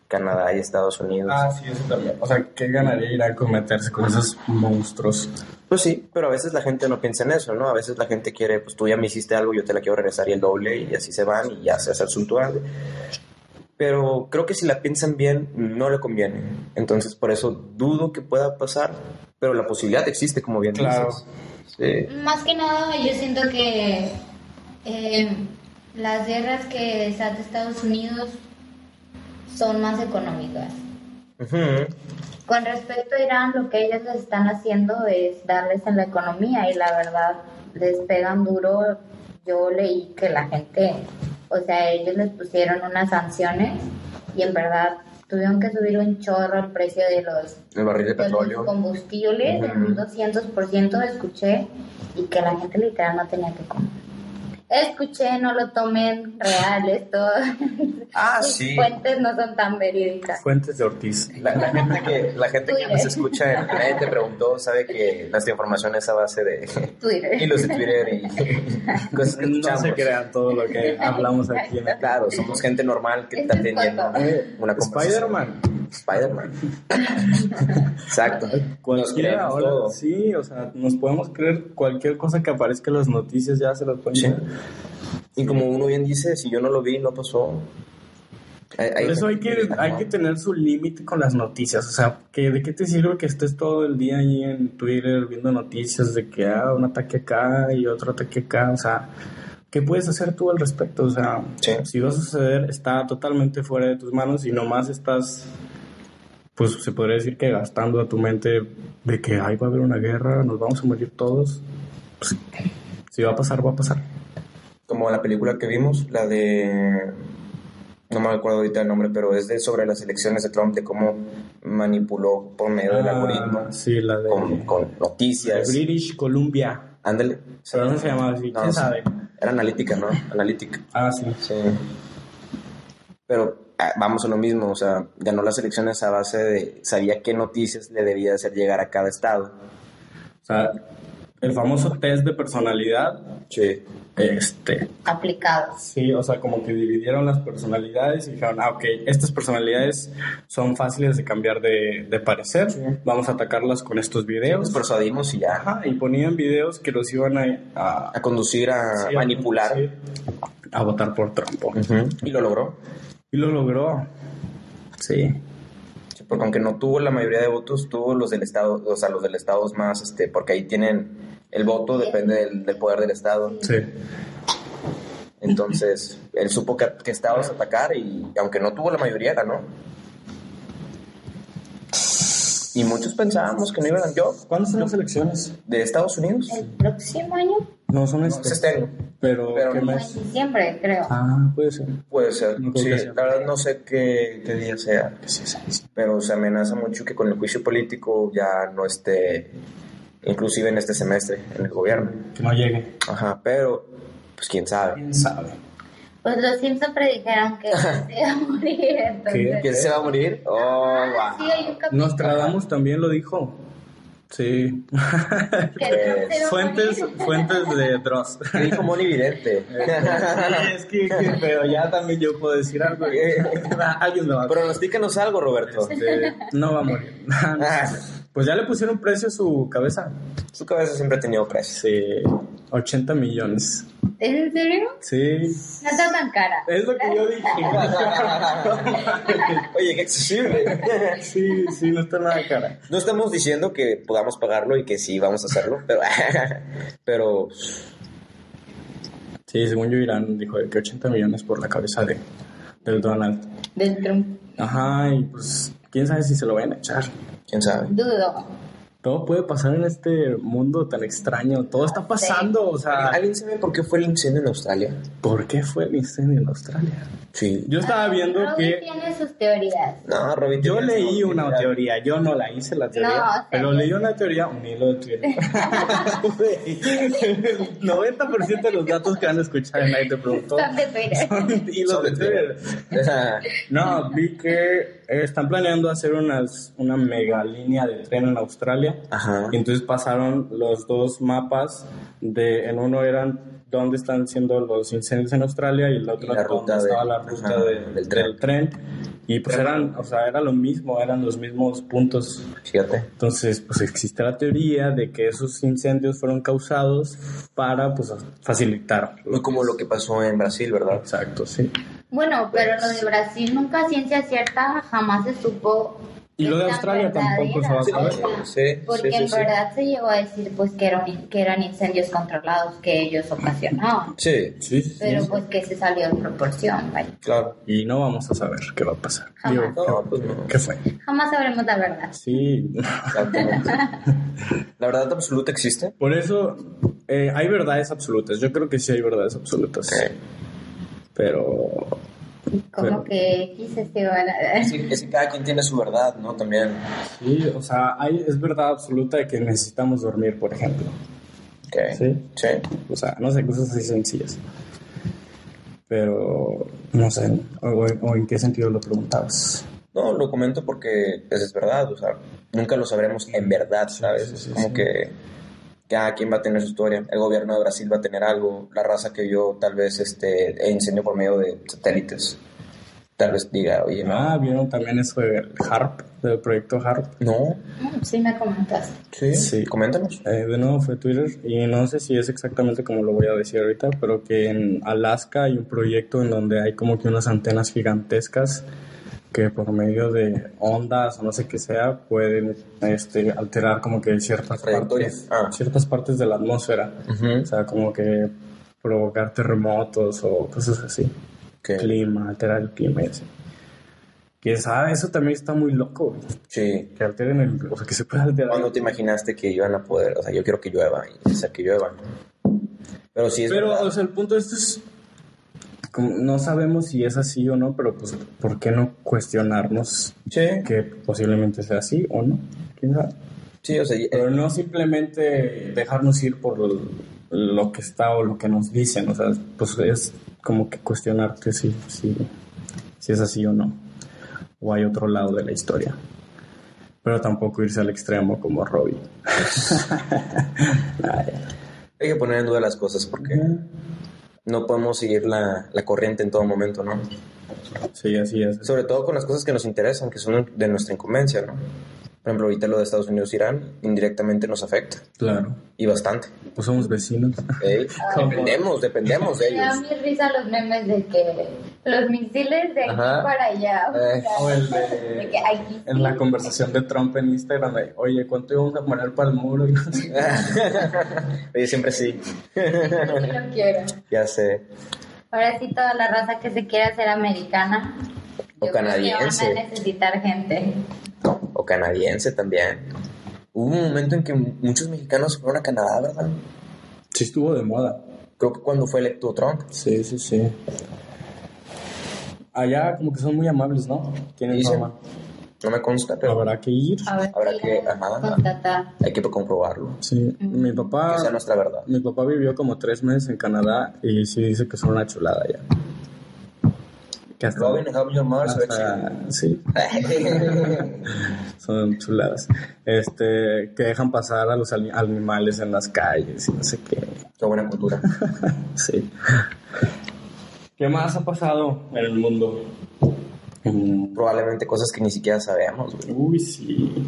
[SPEAKER 2] Canadá y Estados Unidos.
[SPEAKER 1] Ah, sí, eso también. O sea, ¿qué ganaría Irán con meterse con esos monstruos?
[SPEAKER 2] Pues sí, pero a veces la gente no piensa en eso, ¿no? A veces la gente quiere, pues tú ya me hiciste algo, yo te la quiero regresar y el doble, y así se van y ya se hace el suntuario. pero creo que si la piensan bien, no le conviene. Entonces, por eso dudo que pueda pasar, pero la posibilidad existe, como bien
[SPEAKER 1] Claro.
[SPEAKER 2] dices. Sí.
[SPEAKER 3] Más que nada, yo siento que eh, las guerras que desata Estados Unidos son más económicas.
[SPEAKER 2] Ujú.
[SPEAKER 3] Con respecto a Irán, lo que ellos les están haciendo es darles en la economía y la verdad les pegan duro. Yo leí que la gente, o sea, ellos les pusieron unas sanciones y en verdad tuvieron que subir un chorro el precio de los
[SPEAKER 2] El barril de
[SPEAKER 3] de los
[SPEAKER 2] petróleo.
[SPEAKER 3] combustibles en un
[SPEAKER 2] Ujú.
[SPEAKER 3] 200% escuché y que la gente literal no tenía que comer. Escuché, no lo tomen real, esto.
[SPEAKER 2] Ah,
[SPEAKER 3] Sus
[SPEAKER 2] sí.
[SPEAKER 3] fuentes no son tan verídicas.
[SPEAKER 1] Fuentes de Ortiz.
[SPEAKER 2] La, la gente que, la gente que
[SPEAKER 3] Twitter.
[SPEAKER 2] nos escucha en nadie te preguntó sabe que nuestra información es a base de
[SPEAKER 3] Twitter.
[SPEAKER 2] hilos de Twitter y cosas que
[SPEAKER 1] Pues, No
[SPEAKER 2] escuchamos.
[SPEAKER 1] se crean todo lo que hablamos aquí en el
[SPEAKER 2] Claro, somos gente normal que está
[SPEAKER 3] Este es
[SPEAKER 2] teniendo
[SPEAKER 3] Paco.
[SPEAKER 2] una conversación.
[SPEAKER 1] Spider-Man.
[SPEAKER 2] Spider-Man. Exacto. Nos
[SPEAKER 1] Cualquier
[SPEAKER 2] creemos
[SPEAKER 1] ahora,
[SPEAKER 2] todo.
[SPEAKER 1] sí, o sea, nos podemos creer cualquier cosa que aparezca en las noticias, ya se las pueden
[SPEAKER 2] Sí.
[SPEAKER 1] creer.
[SPEAKER 2] Y como uno bien dice, si yo no lo vi, no pasó. Hay- hay
[SPEAKER 1] Por eso hay que,
[SPEAKER 2] gente
[SPEAKER 1] hay que tener su límite con las noticias, o sea, que ¿de qué te sirve que estés todo el día ahí en Twitter viendo noticias de que ah, un ataque acá y otro ataque acá? O sea, ¿qué puedes hacer tú al respecto? O sea,
[SPEAKER 2] Sí.
[SPEAKER 1] si va a suceder, está totalmente fuera de tus manos y nomás estás, pues se podría decir que gastando a tu mente de que ahí va a haber una guerra, nos vamos a morir todos. Pues, si va a pasar, va a pasar.
[SPEAKER 2] Como la película que vimos, la de... No me acuerdo ahorita el nombre, pero es de sobre las elecciones de Trump, de cómo manipuló por medio del
[SPEAKER 1] Ah,
[SPEAKER 2] algoritmo
[SPEAKER 1] Sí, la de
[SPEAKER 2] con, con
[SPEAKER 1] de
[SPEAKER 2] noticias.
[SPEAKER 1] British Columbia.
[SPEAKER 2] Ándale.
[SPEAKER 1] Pero no se llamaba así,
[SPEAKER 2] No,
[SPEAKER 1] quién
[SPEAKER 2] no sé.
[SPEAKER 1] sabe.
[SPEAKER 2] Era analítica, ¿no? Analítica.
[SPEAKER 1] Ah, sí.
[SPEAKER 2] Sí. Pero ah, vamos a lo mismo, o sea, ganó las elecciones a base de... Sabía qué noticias le debía hacer llegar a cada estado.
[SPEAKER 1] O sea, el famoso test de personalidad,
[SPEAKER 2] Sí.
[SPEAKER 1] este,
[SPEAKER 3] Aplicados.
[SPEAKER 1] sí, o sea, como que dividieron las personalidades y dijeron, ah, ok, estas personalidades son fáciles de cambiar de, de parecer, vamos a atacarlas con estos videos.
[SPEAKER 2] Nos persuadimos y ya.
[SPEAKER 1] Ajá, y ponían videos que los iban a, a-
[SPEAKER 2] A conducir, a
[SPEAKER 1] sí, a-
[SPEAKER 2] manipular.
[SPEAKER 1] sí, a votar por Trump.
[SPEAKER 2] Ujú. Y lo logró.
[SPEAKER 1] Y lo logró. Sí.
[SPEAKER 2] Sí, porque aunque no tuvo la mayoría de votos, tuvo los del estado, o sea, los del estado más, este, porque ahí tienen el voto, depende del, del poder del estado.
[SPEAKER 1] Sí.
[SPEAKER 2] Entonces, él supo que, que estados atacar y aunque no tuvo la mayoría, ganó. Y muchos pensábamos que no iban a yo
[SPEAKER 1] ¿Cuándo son las elecciones?
[SPEAKER 2] de Estados Unidos.
[SPEAKER 3] El próximo año,
[SPEAKER 1] No son
[SPEAKER 2] No, es
[SPEAKER 1] este.
[SPEAKER 2] este año.
[SPEAKER 1] Pero,
[SPEAKER 2] Pero
[SPEAKER 1] ¿qué
[SPEAKER 2] no
[SPEAKER 3] o
[SPEAKER 1] mes?
[SPEAKER 3] en diciembre, creo.
[SPEAKER 1] Ah, puede ser.
[SPEAKER 2] Puede ser.
[SPEAKER 1] No creo
[SPEAKER 2] pues, eh, Sí,
[SPEAKER 1] que sea.
[SPEAKER 2] la verdad no sé qué, qué día sea. pero se amenaza mucho que con el juicio político ya no esté, inclusive en este semestre, en el gobierno.
[SPEAKER 1] Que no llegue.
[SPEAKER 2] Ajá, pero, pues quién sabe.
[SPEAKER 1] ¿Quién sabe?
[SPEAKER 3] Pues los Simpson predijeron que se iba a morir. Entonces,
[SPEAKER 2] ¿Quién se va a morir? Oh,
[SPEAKER 3] Ah,
[SPEAKER 2] wow.
[SPEAKER 3] sí, hay un capítulo
[SPEAKER 1] Nostradamus también lo dijo. Sí.
[SPEAKER 3] que Trump se iba a
[SPEAKER 1] fuentes,
[SPEAKER 3] morir.
[SPEAKER 1] fuentes de Dross.
[SPEAKER 2] ¿Qué dijo Moni Vidente?
[SPEAKER 1] es que, que- pero ya también yo puedo decir algo. Alguien me va a
[SPEAKER 2] Pronostícanos algo, Roberto.
[SPEAKER 1] Este, No va a morir.
[SPEAKER 2] Ah,
[SPEAKER 1] pues ya le pusieron precio a su cabeza.
[SPEAKER 2] su cabeza siempre ha tenido precios.
[SPEAKER 1] Sí. 80 millones.
[SPEAKER 3] ¿Es en serio?
[SPEAKER 1] Sí.
[SPEAKER 3] No está tan cara.
[SPEAKER 1] Es lo que yo dije.
[SPEAKER 2] Oye, qué accesible.
[SPEAKER 1] sí, sí, no está nada cara.
[SPEAKER 2] No estamos diciendo que podamos pagarlo y que sí vamos a hacerlo, pero, pero
[SPEAKER 1] Sí, según yo Irán dijo de que 80 millones por la cabeza de del Donald.
[SPEAKER 3] Del Trump.
[SPEAKER 1] Ajá, y pues quién sabe si se lo van a echar.
[SPEAKER 2] quién sabe.
[SPEAKER 3] Dudo.
[SPEAKER 1] Todo puede pasar en este mundo tan extraño. Todo está pasando, o sea,
[SPEAKER 2] ¿Alguien sabe por qué fue el incendio en Australia?
[SPEAKER 1] ¿por qué fue el incendio en Australia?
[SPEAKER 2] Sí.
[SPEAKER 1] Yo estaba viendo
[SPEAKER 3] Raúl
[SPEAKER 1] que
[SPEAKER 3] tiene sus teorías.
[SPEAKER 2] No, Robin.
[SPEAKER 1] yo
[SPEAKER 2] tenías
[SPEAKER 1] leí
[SPEAKER 2] como-
[SPEAKER 1] una teoría, yo no la hice la teoría,
[SPEAKER 3] No,
[SPEAKER 1] pero
[SPEAKER 3] sí.
[SPEAKER 1] leí una teoría, un hilo de Twitter. Güey, El 90% de los datos que van a escuchar en Night te preguntó
[SPEAKER 3] Son de pera.
[SPEAKER 1] son hilos de
[SPEAKER 2] Sobre
[SPEAKER 1] Twitter.
[SPEAKER 2] Ajá.
[SPEAKER 1] No, vi que eh, están planeando hacer unas, una mega línea de tren en Australia.
[SPEAKER 2] Ajá.
[SPEAKER 1] Y entonces pasaron los dos mapas de, en uno eran dónde están siendo los incendios en Australia y el otro
[SPEAKER 2] Y la
[SPEAKER 1] dónde
[SPEAKER 2] ruta de-
[SPEAKER 1] estaba la ruta
[SPEAKER 2] ajá,
[SPEAKER 1] de-
[SPEAKER 2] del
[SPEAKER 1] del, tren.
[SPEAKER 2] tren.
[SPEAKER 1] Y pues eran, o sea, era lo mismo, eran los mismos puntos.
[SPEAKER 2] Fíjate.
[SPEAKER 1] Entonces, pues existe la teoría de que esos incendios fueron causados para, pues, facilitar.
[SPEAKER 2] Muy como lo que pasó en Brasil, ¿verdad?
[SPEAKER 1] Exacto, sí.
[SPEAKER 3] Bueno, pero lo de Brasil nunca a ciencia cierta jamás se supo.
[SPEAKER 1] Y lo de
[SPEAKER 3] esta
[SPEAKER 1] Australia tampoco se va a
[SPEAKER 2] Sí,
[SPEAKER 1] saber.
[SPEAKER 3] verdadera.
[SPEAKER 2] sí, sí,
[SPEAKER 3] Porque
[SPEAKER 2] sí,
[SPEAKER 3] en
[SPEAKER 2] sí.
[SPEAKER 3] verdad se llegó a decir pues que eran, que eran incendios controlados que ellos ocasionaban.
[SPEAKER 2] Sí,
[SPEAKER 1] Sí, sí,
[SPEAKER 3] Pero
[SPEAKER 1] sí.
[SPEAKER 3] pues que se salió de proporción, vaya.
[SPEAKER 2] claro.
[SPEAKER 1] Y no vamos a saber qué va a pasar.
[SPEAKER 3] Jamás.
[SPEAKER 1] Digo, ¿qué,
[SPEAKER 2] No, pues no.
[SPEAKER 1] qué fue?
[SPEAKER 3] Jamás sabremos la verdad.
[SPEAKER 1] Sí.
[SPEAKER 2] Exactamente. La verdad absoluta existe.
[SPEAKER 1] Por eso eh, hay verdades absolutas. Yo creo que sí hay verdades absolutas. Pero
[SPEAKER 3] Como
[SPEAKER 1] Pero-
[SPEAKER 3] que quise este se van a ver.
[SPEAKER 2] Sí, es que cada quien tiene su verdad, ¿no? También.
[SPEAKER 1] sí, o sea, hay, es verdad absoluta de que necesitamos dormir, por ejemplo.
[SPEAKER 2] Ok.
[SPEAKER 1] Sí.
[SPEAKER 2] Sí.
[SPEAKER 1] O sea, no sé, cosas así sencillas. Pero no sé, o, o- o en qué sentido lo preguntabas.
[SPEAKER 2] No, lo comento porque pues, es verdad, o sea, nunca lo sabremos en verdad, ¿sabes?
[SPEAKER 1] sí,
[SPEAKER 2] Es
[SPEAKER 1] sí,
[SPEAKER 2] como
[SPEAKER 1] sí.
[SPEAKER 2] que cada quien va a tener su historia. El gobierno de Brasil va a tener algo, la raza que yo tal vez este, e incendio por medio de satélites. Tal vez diga, oye, no.
[SPEAKER 1] Ah, vieron también eso del HARP, del proyecto HARP.
[SPEAKER 2] No,
[SPEAKER 3] Mm, Sí me comentaste.
[SPEAKER 2] sí,
[SPEAKER 1] Sí.
[SPEAKER 2] coméntanos.
[SPEAKER 1] Eh, de nuevo fue Twitter y no sé si es exactamente como lo voy a decir ahorita, pero que en Alaska hay un proyecto en donde hay como que unas antenas gigantescas que por medio de ondas o no sé qué sea pueden este, alterar como que ciertas
[SPEAKER 2] Trayectoria.
[SPEAKER 1] partes,
[SPEAKER 2] Ah.
[SPEAKER 1] ciertas partes de la atmósfera,
[SPEAKER 2] Ujú.
[SPEAKER 1] o sea, como que provocar terremotos o cosas así,
[SPEAKER 2] Ok.
[SPEAKER 1] clima, alterar el clima y así. Que sabe, eso también está muy loco, güey.
[SPEAKER 2] Sí.
[SPEAKER 1] que alteren el, o sea, que se pueda alterar.
[SPEAKER 2] ¿Cuándo te imaginaste que iban a poder? O sea, yo quiero que llueva, y, o sea, que llueva. Pero sí es
[SPEAKER 1] Pero,
[SPEAKER 2] verdad.
[SPEAKER 1] o sea, el punto este es. como no sabemos si es así o no, pero pues, ¿por qué no cuestionarnos
[SPEAKER 2] Sí,
[SPEAKER 1] que posiblemente sea así o no? ¿Quién sabe?
[SPEAKER 2] sí, o sea, y- eh,
[SPEAKER 1] Pero no simplemente dejarnos ir por lo que está o lo que nos dicen, o sea, pues es como que cuestionarte si, si, si es así o no, o hay otro lado de la historia. Pero tampoco irse al extremo como Robbie.
[SPEAKER 2] hay que poner en duda las cosas porque no podemos seguir la, la corriente en todo momento, ¿no?
[SPEAKER 1] Sí, así es.
[SPEAKER 2] Sobre todo con las cosas que nos interesan, que son de nuestra incumbencia, ¿no? Por ejemplo, ahorita lo de Estados Unidos-Irán indirectamente nos afecta,
[SPEAKER 1] Claro.
[SPEAKER 2] y bastante.
[SPEAKER 1] Pues somos vecinos.
[SPEAKER 2] ¿eh?
[SPEAKER 1] ¿Cómo?
[SPEAKER 2] Dependemos, dependemos de
[SPEAKER 3] Me da
[SPEAKER 2] ellos.
[SPEAKER 3] mi risa los memes de que los misiles de aquí
[SPEAKER 2] Ajá.
[SPEAKER 3] para allá.
[SPEAKER 2] Eh,
[SPEAKER 1] o el de-
[SPEAKER 3] que aquí
[SPEAKER 1] En la conversación de Trump en Instagram, de, oye, ¿cuánto íbamos a poner para el muro? Y no sé
[SPEAKER 2] Oye, siempre sí,
[SPEAKER 3] sí lo quiero.
[SPEAKER 2] ya sé.
[SPEAKER 3] Ahora sí, toda la raza que se quiera hacer americana
[SPEAKER 2] O
[SPEAKER 3] yo creo que
[SPEAKER 2] canadiense.
[SPEAKER 3] Van a necesitar gente.
[SPEAKER 2] O canadiense también. Hubo un momento en que muchos mexicanos se fueron a Canadá, ¿verdad?
[SPEAKER 1] Sí estuvo de moda.
[SPEAKER 2] Creo que cuando fue electo Trump.
[SPEAKER 1] Sí, sí, sí. Allá como que son muy amables, ¿no? Tienen
[SPEAKER 2] Dicen.
[SPEAKER 1] fama.
[SPEAKER 2] No me consta, pero
[SPEAKER 1] Habrá que ir.
[SPEAKER 3] A ver,
[SPEAKER 2] Habrá
[SPEAKER 3] si
[SPEAKER 2] que-
[SPEAKER 3] la
[SPEAKER 2] ajá.
[SPEAKER 3] contratar.
[SPEAKER 2] hay que comprobarlo.
[SPEAKER 1] Sí. Mi papá,
[SPEAKER 2] Que sea nuestra verdad.
[SPEAKER 1] mi papá vivió como tres meses en Canadá y sí dice que son una chulada allá. Que hasta,
[SPEAKER 2] Robin, help your mother, so it's-
[SPEAKER 1] hasta- sí, son chuladas. Este, que dejan pasar a los ani- animales en las calles y no sé qué.
[SPEAKER 2] Qué buena cultura.
[SPEAKER 1] Sí. ¿Qué más ha pasado en el mundo?
[SPEAKER 2] Probablemente cosas que ni siquiera sabemos, güey.
[SPEAKER 1] Uy, sí.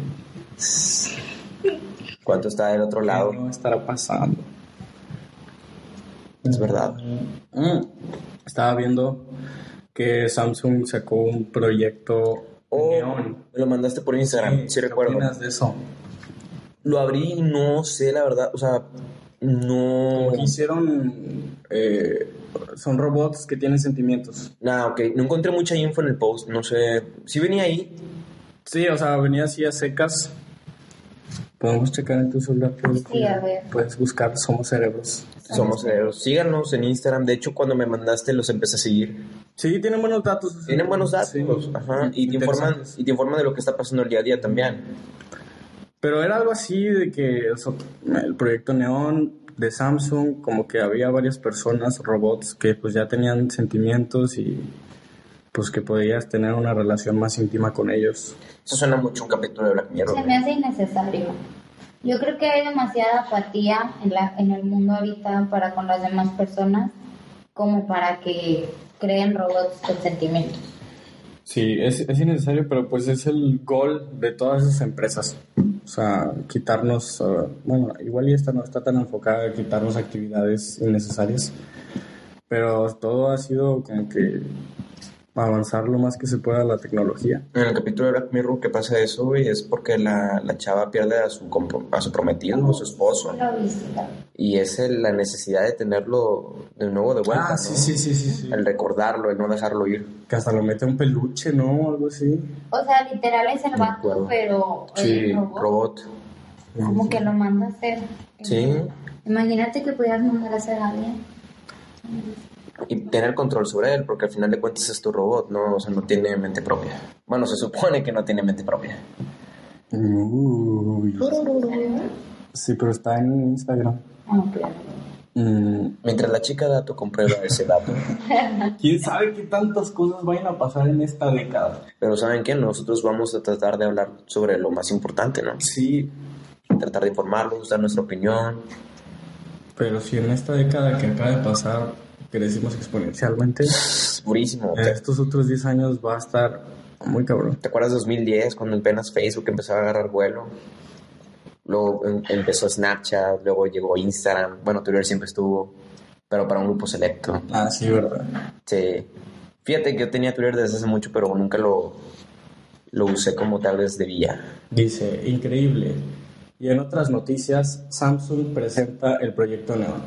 [SPEAKER 2] Cuánto está del otro lado.
[SPEAKER 1] No estará pasando.
[SPEAKER 2] Es verdad.
[SPEAKER 1] Mm. Estaba viendo que Samsung sacó un proyecto
[SPEAKER 2] Oh,
[SPEAKER 1] neón.
[SPEAKER 2] me lo mandaste por Instagram, sí,
[SPEAKER 1] ¿Qué
[SPEAKER 2] recuerdo.
[SPEAKER 1] opinas de eso?
[SPEAKER 2] Lo abrí y no sé, la verdad. O sea, no.
[SPEAKER 1] Porque hicieron... eh, son robots que tienen sentimientos.
[SPEAKER 2] Nada, ok. No encontré mucha info en el post. No sé. Sí venía ahí.
[SPEAKER 1] Sí, o sea, venía así a secas. Podemos checar en tu celular. puedes-
[SPEAKER 3] Sí, a ver.
[SPEAKER 1] Puedes buscar Somos Cerebros.
[SPEAKER 2] Somos cerebros. Síganos en Instagram. De hecho, cuando me mandaste, los empecé a seguir.
[SPEAKER 1] Sí, tienen buenos datos.
[SPEAKER 2] Tienen buenos datos. pues,
[SPEAKER 1] Sí.
[SPEAKER 2] Ajá. Y te, informan,
[SPEAKER 1] Interesantes.
[SPEAKER 2] y te informan de lo que está pasando el día a día también.
[SPEAKER 1] Pero era algo así de que o sea, el proyecto Neón de Samsung, como que había varias personas, robots, que pues ya tenían sentimientos y pues que podías tener una relación más íntima con ellos.
[SPEAKER 2] Eso suena mucho a un capítulo de Black Mirror.
[SPEAKER 3] Se me hace innecesario. Yo creo que hay demasiada apatía en, la, en el mundo ahorita para con las demás personas como para que creen robots con sentimientos.
[SPEAKER 1] Sí, es, es innecesario, pero pues es el gol de todas esas empresas. O sea, quitarnos, eh, bueno, igual y esta no está tan enfocada a quitarnos actividades innecesarias, pero todo ha sido como que avanzar lo más que se pueda la tecnología.
[SPEAKER 2] En el capítulo de Black Mirror que pasa eso, güey, es porque la, la chava pierde a su, compro- a su prometido, a su esposo.
[SPEAKER 3] Lo viste también.
[SPEAKER 2] Y es el- la necesidad de tenerlo de nuevo de vuelta. ¿no?
[SPEAKER 1] Ah, sí, sí, sí.
[SPEAKER 2] El recordarlo, el no dejarlo ir.
[SPEAKER 1] Que hasta lo mete un peluche, ¿no? Algo así.
[SPEAKER 3] O sea, literal es el
[SPEAKER 2] De
[SPEAKER 3] vato,
[SPEAKER 2] acuerdo.
[SPEAKER 3] pero
[SPEAKER 2] Sí,
[SPEAKER 3] el robot,
[SPEAKER 2] robot.
[SPEAKER 3] como que lo manda a hacer.
[SPEAKER 2] Sí.
[SPEAKER 3] Imagínate que pudieras mandar a hacer a alguien.
[SPEAKER 2] Y tener control sobre él, porque al final de cuentas es tu robot, ¿no? O sea, no tiene mente propia. Bueno, se supone que no tiene mente propia.
[SPEAKER 1] Uy. Sí, pero está en Instagram.
[SPEAKER 3] Ah, No, claro.
[SPEAKER 1] Mm,
[SPEAKER 2] Mientras la chica dato comprueba ese dato.
[SPEAKER 1] ¿Quién sabe qué tantas cosas vayan a pasar en esta década?
[SPEAKER 2] Pero ¿saben qué? Nosotros vamos a tratar de hablar sobre lo más importante, ¿no?
[SPEAKER 1] Sí,
[SPEAKER 2] Tratar de informarlos, dar nuestra opinión.
[SPEAKER 1] pero si en esta década que acaba de pasar crecimos exponencialmente,
[SPEAKER 2] Es durísimo.
[SPEAKER 1] en estos otros 10 años va a estar muy cabrón.
[SPEAKER 2] ¿Te acuerdas 2010 cuando apenas Facebook empezó a agarrar vuelo? Luego em- empezó Snapchat, luego llegó Instagram. Bueno, Twitter siempre estuvo, pero para un grupo selecto.
[SPEAKER 1] Ah, sí, ¿verdad?
[SPEAKER 2] Sí. Fíjate que yo tenía Twitter desde hace mucho, pero nunca lo, lo usé como tal vez debía.
[SPEAKER 1] Dice, increíble. Y en otras noticias, Samsung presenta el proyecto Neon,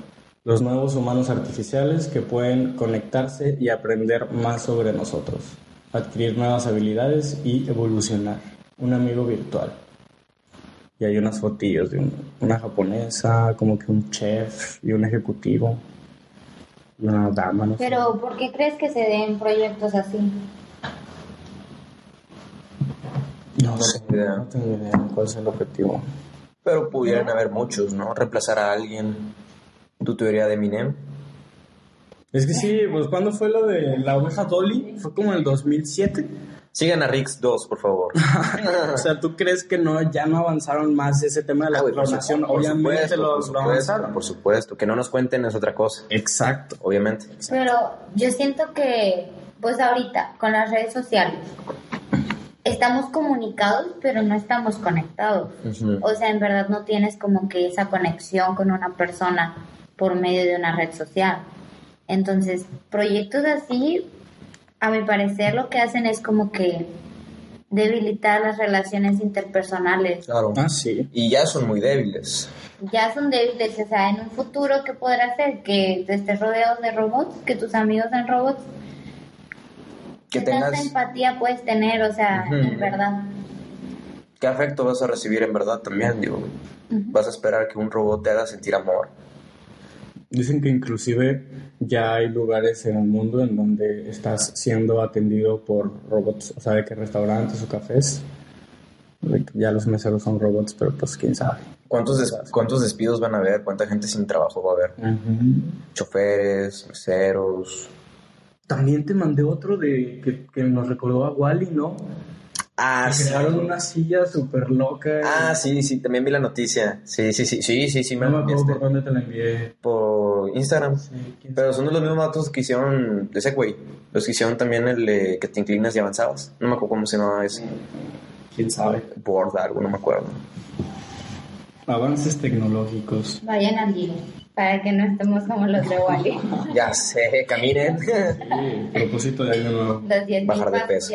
[SPEAKER 1] los nuevos humanos artificiales que pueden conectarse y aprender más sobre nosotros, adquirir nuevas habilidades y evolucionar. Un amigo virtual. Y hay unas fotillos de un- una japonesa, como que un chef y un ejecutivo. Y una dama, no sé.
[SPEAKER 3] Pero, ¿por qué crees que se den proyectos así?
[SPEAKER 1] No, no tengo idea, no tengo idea cuál es el objetivo.
[SPEAKER 2] Pero pudieran haber muchos, ¿no? Reemplazar a alguien. Tu teoría de Eminem.
[SPEAKER 1] Es que sí, pues cuando fue lo de la oveja Dolly, fue como en el 2007.
[SPEAKER 2] Sigan a Rix 2, por favor.
[SPEAKER 1] O sea, ¿tú crees que no ya no avanzaron más ese tema de la
[SPEAKER 2] Ah, güey, por
[SPEAKER 1] clonación?
[SPEAKER 2] supuesto, por
[SPEAKER 1] Obviamente
[SPEAKER 2] supuesto,
[SPEAKER 1] lo,
[SPEAKER 2] por
[SPEAKER 1] lo
[SPEAKER 2] supuesto,
[SPEAKER 1] avanzaron.
[SPEAKER 2] Por supuesto, que no nos cuenten es otra cosa,
[SPEAKER 1] Exacto.
[SPEAKER 2] obviamente.
[SPEAKER 3] Pero yo siento que, pues ahorita, con las redes sociales, estamos comunicados, pero no estamos conectados. O sea, en verdad no tienes como que esa conexión con una persona por medio de una red social. Entonces, proyectos así, a mi parecer, lo que hacen es como que debilitar las relaciones interpersonales.
[SPEAKER 2] Claro.
[SPEAKER 1] Ah, sí.
[SPEAKER 2] Y ya son muy débiles.
[SPEAKER 3] Ya son débiles, o sea, en un futuro, ¿qué podrá ser? Que te estés rodeado de robots, que tus amigos sean robots.
[SPEAKER 2] Que
[SPEAKER 3] ¿Qué tanta
[SPEAKER 2] tengas.
[SPEAKER 3] empatía puedes tener? O sea,
[SPEAKER 2] Ujú.
[SPEAKER 3] en verdad.
[SPEAKER 2] ¿Qué afecto vas a recibir en verdad también? Digo, vas a esperar que un robot te haga sentir amor.
[SPEAKER 1] Dicen que inclusive ya hay lugares en el mundo en donde estás siendo atendido por robots, o sea, de que restaurantes o cafés. de que Ya los meseros son robots, pero pues quién sabe.
[SPEAKER 2] ¿Cuántos, des- ¿Cuántos despidos van a haber? ¿Cuánta gente sin trabajo va a haber? Choferes, meseros.
[SPEAKER 1] También te mandé otro de que, que nos recordó a Wally, ¿no?
[SPEAKER 2] Ah, sí.
[SPEAKER 1] Crearon una silla súper loca.
[SPEAKER 2] Ah, sí, sí, también vi la noticia. Sí, sí, sí, sí, sí, sí, me
[SPEAKER 1] No me acuerdo
[SPEAKER 2] enviaste.
[SPEAKER 1] por dónde te la envié.
[SPEAKER 2] por Instagram.
[SPEAKER 1] Sí, quién
[SPEAKER 2] este. Pero son de los mismos datos que hicieron de ese güey. Los que hicieron también el de que te inclinas y avanzabas. No me acuerdo cómo se llamaba ese.
[SPEAKER 1] ¿Quién sabe?
[SPEAKER 2] Board algo, no me acuerdo.
[SPEAKER 1] Avances tecnológicos.
[SPEAKER 3] Vayan al libro para que no estemos como los de Wally.
[SPEAKER 2] Ya sé, caminen.
[SPEAKER 1] propósito de año nuevo.
[SPEAKER 3] Los 10
[SPEAKER 2] Bajar de peso.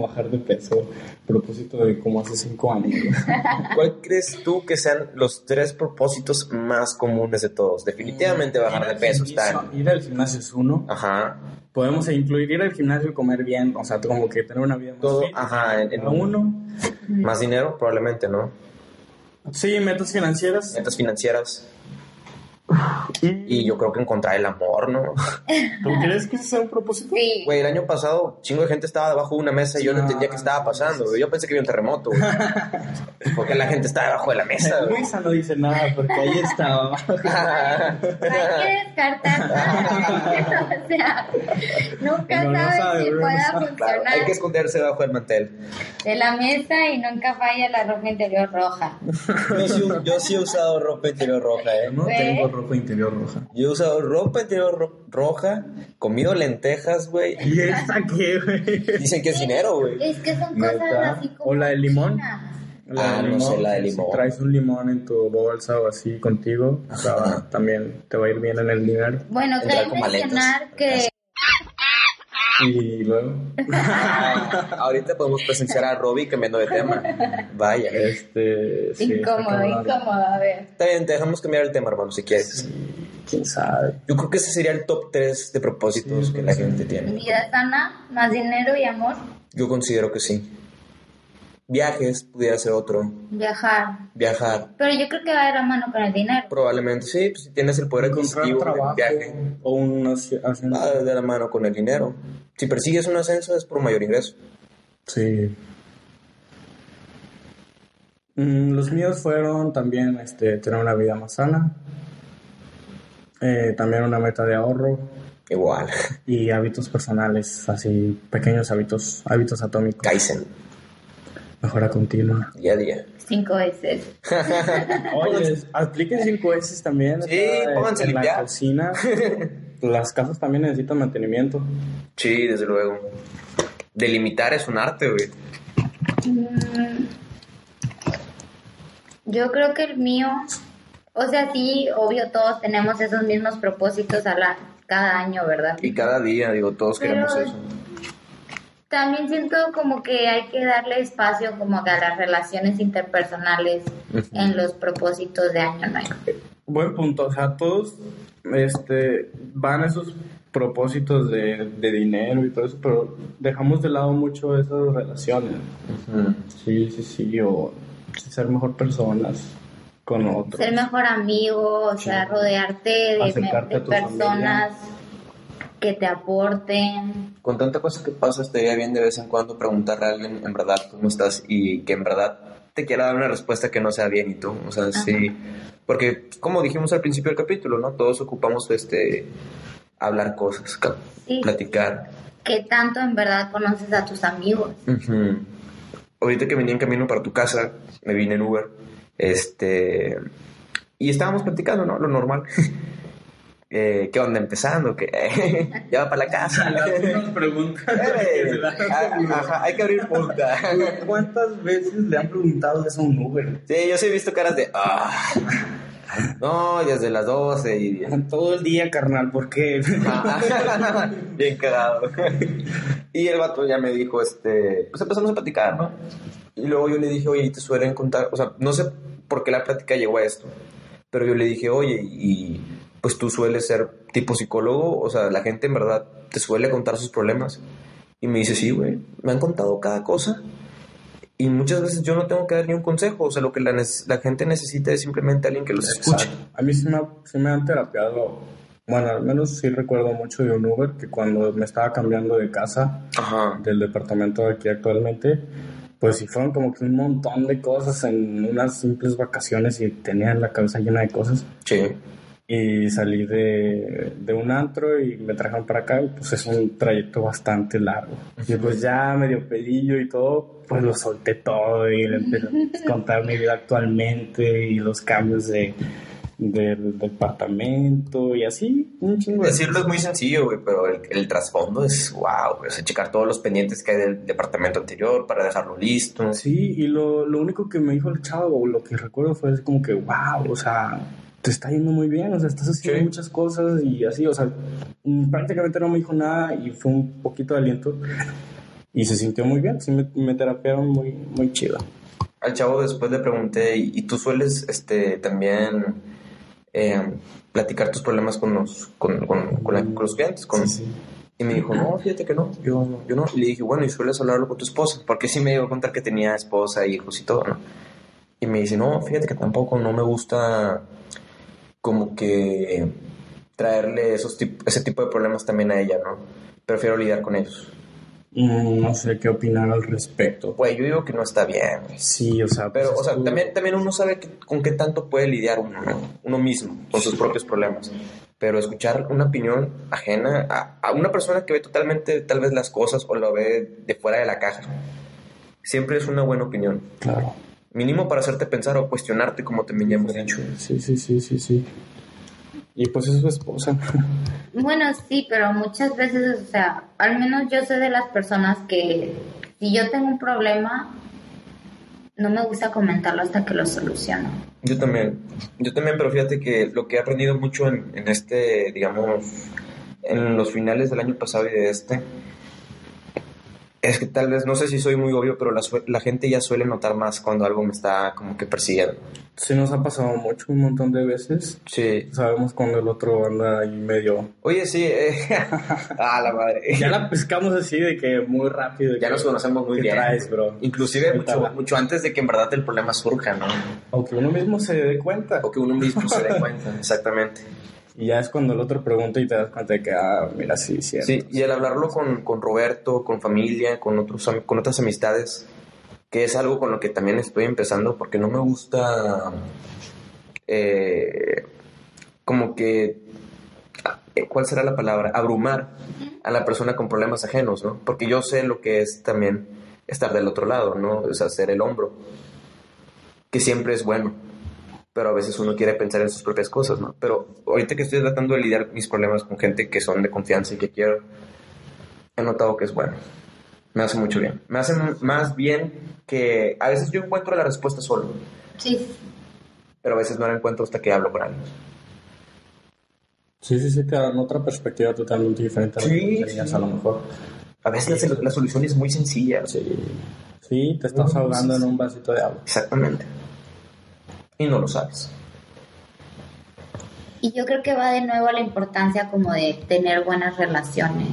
[SPEAKER 1] Bajar de peso. Propósito de como hace cinco años.
[SPEAKER 2] ¿Cuál crees tú que sean los tres propósitos más comunes de todos? Definitivamente bajar de peso está.
[SPEAKER 1] Ir al gimnasio es uno.
[SPEAKER 2] Ajá.
[SPEAKER 1] Podemos incluir ir al gimnasio y comer bien. O sea, como que tener una vida más
[SPEAKER 2] Todo, ah.
[SPEAKER 1] fit.
[SPEAKER 2] ajá, en, en
[SPEAKER 1] Cada uno.
[SPEAKER 2] más dinero probablemente, ¿no?
[SPEAKER 1] Sí, metas financieras.
[SPEAKER 2] Metas financieras. Y yo creo que encontrar el amor, ¿no?
[SPEAKER 1] ¿Tú crees que ese sea un propósito?
[SPEAKER 3] Sí.
[SPEAKER 2] Güey, el año pasado, chingo de gente estaba debajo de una mesa y yo no
[SPEAKER 1] No.
[SPEAKER 2] entendía qué estaba pasando. güey. Yo pensé que había un terremoto, güey. Porque la gente estaba debajo de la mesa, güey.
[SPEAKER 1] Luisa no dice nada porque ahí estaba.
[SPEAKER 3] No hay que descartar nada. o sea, nunca
[SPEAKER 1] No lo
[SPEAKER 3] sabes
[SPEAKER 1] sabe,
[SPEAKER 3] si
[SPEAKER 1] no lo
[SPEAKER 3] pueda
[SPEAKER 1] sabe.
[SPEAKER 2] Claro,
[SPEAKER 3] funcionar
[SPEAKER 2] hay que esconderse debajo del mantel.
[SPEAKER 3] de la mesa y nunca falla la ropa interior roja.
[SPEAKER 2] Yo sí, yo sí he usado ropa interior roja, ¿eh?
[SPEAKER 1] No
[SPEAKER 3] ¿Ve?
[SPEAKER 1] tengo ropa interior roja.
[SPEAKER 2] Yo he usado ropa interior ro- roja, comido lentejas, güey.
[SPEAKER 1] ¿Y esta qué, güey?
[SPEAKER 2] Dicen que es dinero, güey.
[SPEAKER 3] Es que son
[SPEAKER 1] Neta.
[SPEAKER 3] cosas así como.
[SPEAKER 1] O la de limón.
[SPEAKER 3] chinas.
[SPEAKER 2] Ah, no sé, la de limón.
[SPEAKER 1] Si traes un limón en tu bolsa o así contigo,
[SPEAKER 2] Ajá.
[SPEAKER 1] va- también te va a ir bien en el dinero.
[SPEAKER 3] Bueno,
[SPEAKER 2] Entrar
[SPEAKER 3] cabe
[SPEAKER 2] con maletas.
[SPEAKER 3] mencionar que
[SPEAKER 1] Y luego,
[SPEAKER 2] Ah, ahorita podemos presenciar a Robbie cambiando de tema. Vaya.
[SPEAKER 1] este. sí, está
[SPEAKER 3] incómodo,
[SPEAKER 1] cabrón.
[SPEAKER 3] incómodo, a ver.
[SPEAKER 2] Está bien, te dejamos cambiar el tema, hermano, si quieres.
[SPEAKER 1] Quién sabe.
[SPEAKER 2] Yo creo que ese sería el top 3 de propósitos que la gente tiene.
[SPEAKER 3] Vida sana, más dinero y amor.
[SPEAKER 2] Yo considero que sí. Viajes pudiera ser otro.
[SPEAKER 3] Viajar.
[SPEAKER 2] Viajar.
[SPEAKER 3] Pero yo creo que va de la mano con el dinero.
[SPEAKER 2] Probablemente sí, pues, si tienes el poder
[SPEAKER 1] Encontrar
[SPEAKER 2] adquisitivo del
[SPEAKER 1] trabajo
[SPEAKER 2] viaje, Ah.
[SPEAKER 1] o un asi- asiento.
[SPEAKER 2] va de la mano con el dinero. Si persigues un ascenso es por mayor ingreso.
[SPEAKER 1] Sí. Mm, los míos fueron también este, tener una vida más sana, eh, también una meta de ahorro
[SPEAKER 2] Igual.
[SPEAKER 1] y hábitos personales, así pequeños hábitos, hábitos atómicos,
[SPEAKER 2] Kaizen,
[SPEAKER 1] mejora continua.
[SPEAKER 2] día a día.
[SPEAKER 3] Cinco veces.
[SPEAKER 1] Oye, apliquen 5 S también.
[SPEAKER 2] Sí,
[SPEAKER 1] o sea,
[SPEAKER 2] pónganse a
[SPEAKER 1] en
[SPEAKER 2] limpiar.
[SPEAKER 1] la cocina. Las casas también necesitan mantenimiento.
[SPEAKER 2] Sí, desde luego. Delimitar es un arte, güey.
[SPEAKER 3] Mm, Yo creo que el mío, o sea, sí, obvio, todos tenemos esos mismos propósitos a la, cada año, ¿verdad?
[SPEAKER 2] Y cada día, digo, todos
[SPEAKER 3] Pero-
[SPEAKER 2] queremos eso.
[SPEAKER 3] También siento como que hay que darle espacio como que a las relaciones interpersonales en los propósitos de año nuevo.
[SPEAKER 1] Buen punto, o sea, todos este, van a esos propósitos de, de dinero y todo eso, pero dejamos de lado mucho esas relaciones. Sí, sí, sí, o ser mejor personas con otros.
[SPEAKER 3] Ser mejor amigo, o sea, rodearte de,
[SPEAKER 1] Acercarte
[SPEAKER 3] de
[SPEAKER 1] a tu
[SPEAKER 3] personas que te aporten.
[SPEAKER 2] Con tanta cosa que pasa, estaría bien de vez en cuando preguntarle a alguien en verdad cómo estás y que en verdad te quiera dar una respuesta que no sea bien y tú. O sea, sí. Porque, como dijimos al principio del capítulo, ¿no? Todos ocupamos este hablar cosas, ca-
[SPEAKER 3] Sí.
[SPEAKER 2] platicar.
[SPEAKER 3] ¿Qué tanto en verdad conoces a tus amigos?
[SPEAKER 2] Ujú. Ahorita que venía en camino para tu casa, me vine en Uber, este, y estábamos platicando, ¿no? Lo normal. Eh, ¿Qué onda? Empezando, que ya va para la casa. Eh, a- ajá, hay que abrir punta.
[SPEAKER 1] ¿Cuántas veces le han preguntado eso a un Uber?
[SPEAKER 2] Sí, yo sí he visto caras de. "Ah". No, ya es de las 12 y.
[SPEAKER 1] Todo el día, carnal, ¿por qué?
[SPEAKER 2] Ajá. Bien cagado. Y el vato ya me dijo, este, pues empezamos a platicar, ¿no? Y luego yo le dije, oye, ¿y te suelen contar? O sea, no sé por qué la plática llegó a esto, pero yo le dije, oye, y pues tú sueles ser tipo psicólogo, o sea, la gente en verdad te suele contar sus problemas. Y me dice, sí, güey, me han contado cada cosa. Y muchas veces yo no tengo que dar ni un consejo, o sea, lo que la, nes- la gente necesita es simplemente alguien que los escuche.
[SPEAKER 1] Exacto. A mí sí me, ha- sí me han terapiado. Bueno, al menos sí recuerdo mucho de un Uber que cuando me estaba cambiando de casa,
[SPEAKER 2] Ajá.
[SPEAKER 1] del departamento de aquí actualmente, pues sí fueron como que un montón de cosas en unas simples vacaciones y tenía la cabeza llena de cosas.
[SPEAKER 2] Sí.
[SPEAKER 1] Y salí de, de un antro y me trajeron para acá, y pues es un trayecto bastante largo. Y pues ya medio pelillo y todo, pues lo solté todo y le empecé a contar mi vida actualmente y los cambios de, del departamento y así, un chingo de-
[SPEAKER 2] Decirlo Pues es muy sencillo, güey, pero el, el trasfondo es wow, güey. O sea, checar todos los pendientes que hay del departamento anterior para dejarlo listo.
[SPEAKER 1] Sí, y lo, lo único que me dijo el chavo, o lo que recuerdo fue así como que, wow, o sea, te está yendo muy bien, o sea, estás haciendo
[SPEAKER 2] Sí.
[SPEAKER 1] muchas cosas y así, o sea, mm, prácticamente no me dijo nada y fue un poquito de aliento y se sintió muy bien, sí me, me terapearon muy, muy chido.
[SPEAKER 2] Al chavo después le pregunté, ¿y, y tú sueles este, también eh, platicar tus problemas con los, con, con- con la- con los clientes? Con,
[SPEAKER 1] Sí, sí.
[SPEAKER 2] Y me dijo, no, fíjate que no, yo, no- yo no. Y le dije, bueno, ¿y sueles hablarlo con tu esposa? Porque sí me iba a contar que tenía esposa, hijos y todo, ¿no? Y me dice, no, fíjate que tampoco, no me gusta como que traerle esos tip- ese tipo de problemas también a ella, ¿no? Prefiero lidiar con ellos.
[SPEAKER 1] Mm, No sé qué opinar al respecto.
[SPEAKER 2] Pues yo digo que no está bien, güey.
[SPEAKER 1] Sí, o sea,
[SPEAKER 2] Pero,
[SPEAKER 1] pues,
[SPEAKER 2] o sea,
[SPEAKER 1] tú-
[SPEAKER 2] también, también uno sabe que- con qué tanto puede lidiar uno, ¿no? uno mismo, con sus propios problemas. Pero escuchar una opinión ajena a, a una persona que ve totalmente tal vez las cosas o lo ve de fuera de la caja, siempre es una buena opinión.
[SPEAKER 1] Claro.
[SPEAKER 2] Mínimo para hacerte pensar o cuestionarte, como también ya hemos dicho.
[SPEAKER 1] Sí, sí, sí, sí, sí. Y pues es su esposa.
[SPEAKER 3] Bueno, sí, pero muchas veces, o sea, al menos yo soy de las personas que si yo tengo un problema, no me gusta comentarlo hasta que lo soluciono.
[SPEAKER 2] Yo también, yo también, pero fíjate que lo que he aprendido mucho en, en este, digamos, en los finales del año pasado y de este, es que tal vez, no sé si soy muy obvio, pero la, sue- la gente ya suele notar más cuando algo me está como que persiguiendo.
[SPEAKER 1] Sí nos ha pasado mucho, un montón de veces.
[SPEAKER 2] Sí.
[SPEAKER 1] Sabemos cuando el otro anda ahí medio...
[SPEAKER 2] Oye, sí. eh, ah, la madre.
[SPEAKER 1] Ya la pescamos así de que muy rápido. de
[SPEAKER 2] Ya
[SPEAKER 1] que,
[SPEAKER 2] nos conocemos muy
[SPEAKER 1] ¿qué
[SPEAKER 2] bien.
[SPEAKER 1] traes, bro?
[SPEAKER 2] Inclusive
[SPEAKER 1] ¿Qué
[SPEAKER 2] mucho,
[SPEAKER 1] tal?
[SPEAKER 2] mucho antes de que en verdad el problema surja, ¿no?
[SPEAKER 1] Aunque uno mismo se dé cuenta.
[SPEAKER 2] O que uno mismo se dé cuenta. Exactamente.
[SPEAKER 1] Y ya es cuando el otro pregunta y te das cuenta de que, ah, mira, sí, cierto.
[SPEAKER 2] Sí, y al hablarlo con, con Roberto, con familia, con, otros, am- con otras amistades, que es algo con lo que también estoy empezando, porque no me gusta eh, como que, eh, ¿cuál será la palabra? Abrumar a la persona con problemas ajenos, ¿no? Porque yo sé lo que es también estar del otro lado, ¿no? O sea, ser el hombro, que siempre es bueno. Pero a veces uno quiere pensar en sus propias cosas, ¿no? Pero ahorita que estoy tratando de lidiar mis problemas con gente que son de confianza y que quiero, he notado que es bueno. Me hace mucho bien. Me hace m- más bien que a veces yo encuentro la respuesta solo,
[SPEAKER 3] Sí,
[SPEAKER 2] pero a veces no la encuentro hasta que hablo con alguien.
[SPEAKER 1] Sí, sí, sí, te dan otra perspectiva totalmente diferente a la
[SPEAKER 2] Sí,
[SPEAKER 1] que tenías
[SPEAKER 2] sí.
[SPEAKER 1] a lo mejor.
[SPEAKER 2] A veces la, la solución es muy sencilla. o sea,
[SPEAKER 1] Sí, sí te estás
[SPEAKER 2] No,
[SPEAKER 1] ahogando
[SPEAKER 2] sí,
[SPEAKER 1] en
[SPEAKER 2] sí.
[SPEAKER 1] un vasito de agua.
[SPEAKER 2] Exactamente. Y no lo sabes.
[SPEAKER 3] y yo creo que va de nuevo a la importancia como de tener buenas relaciones.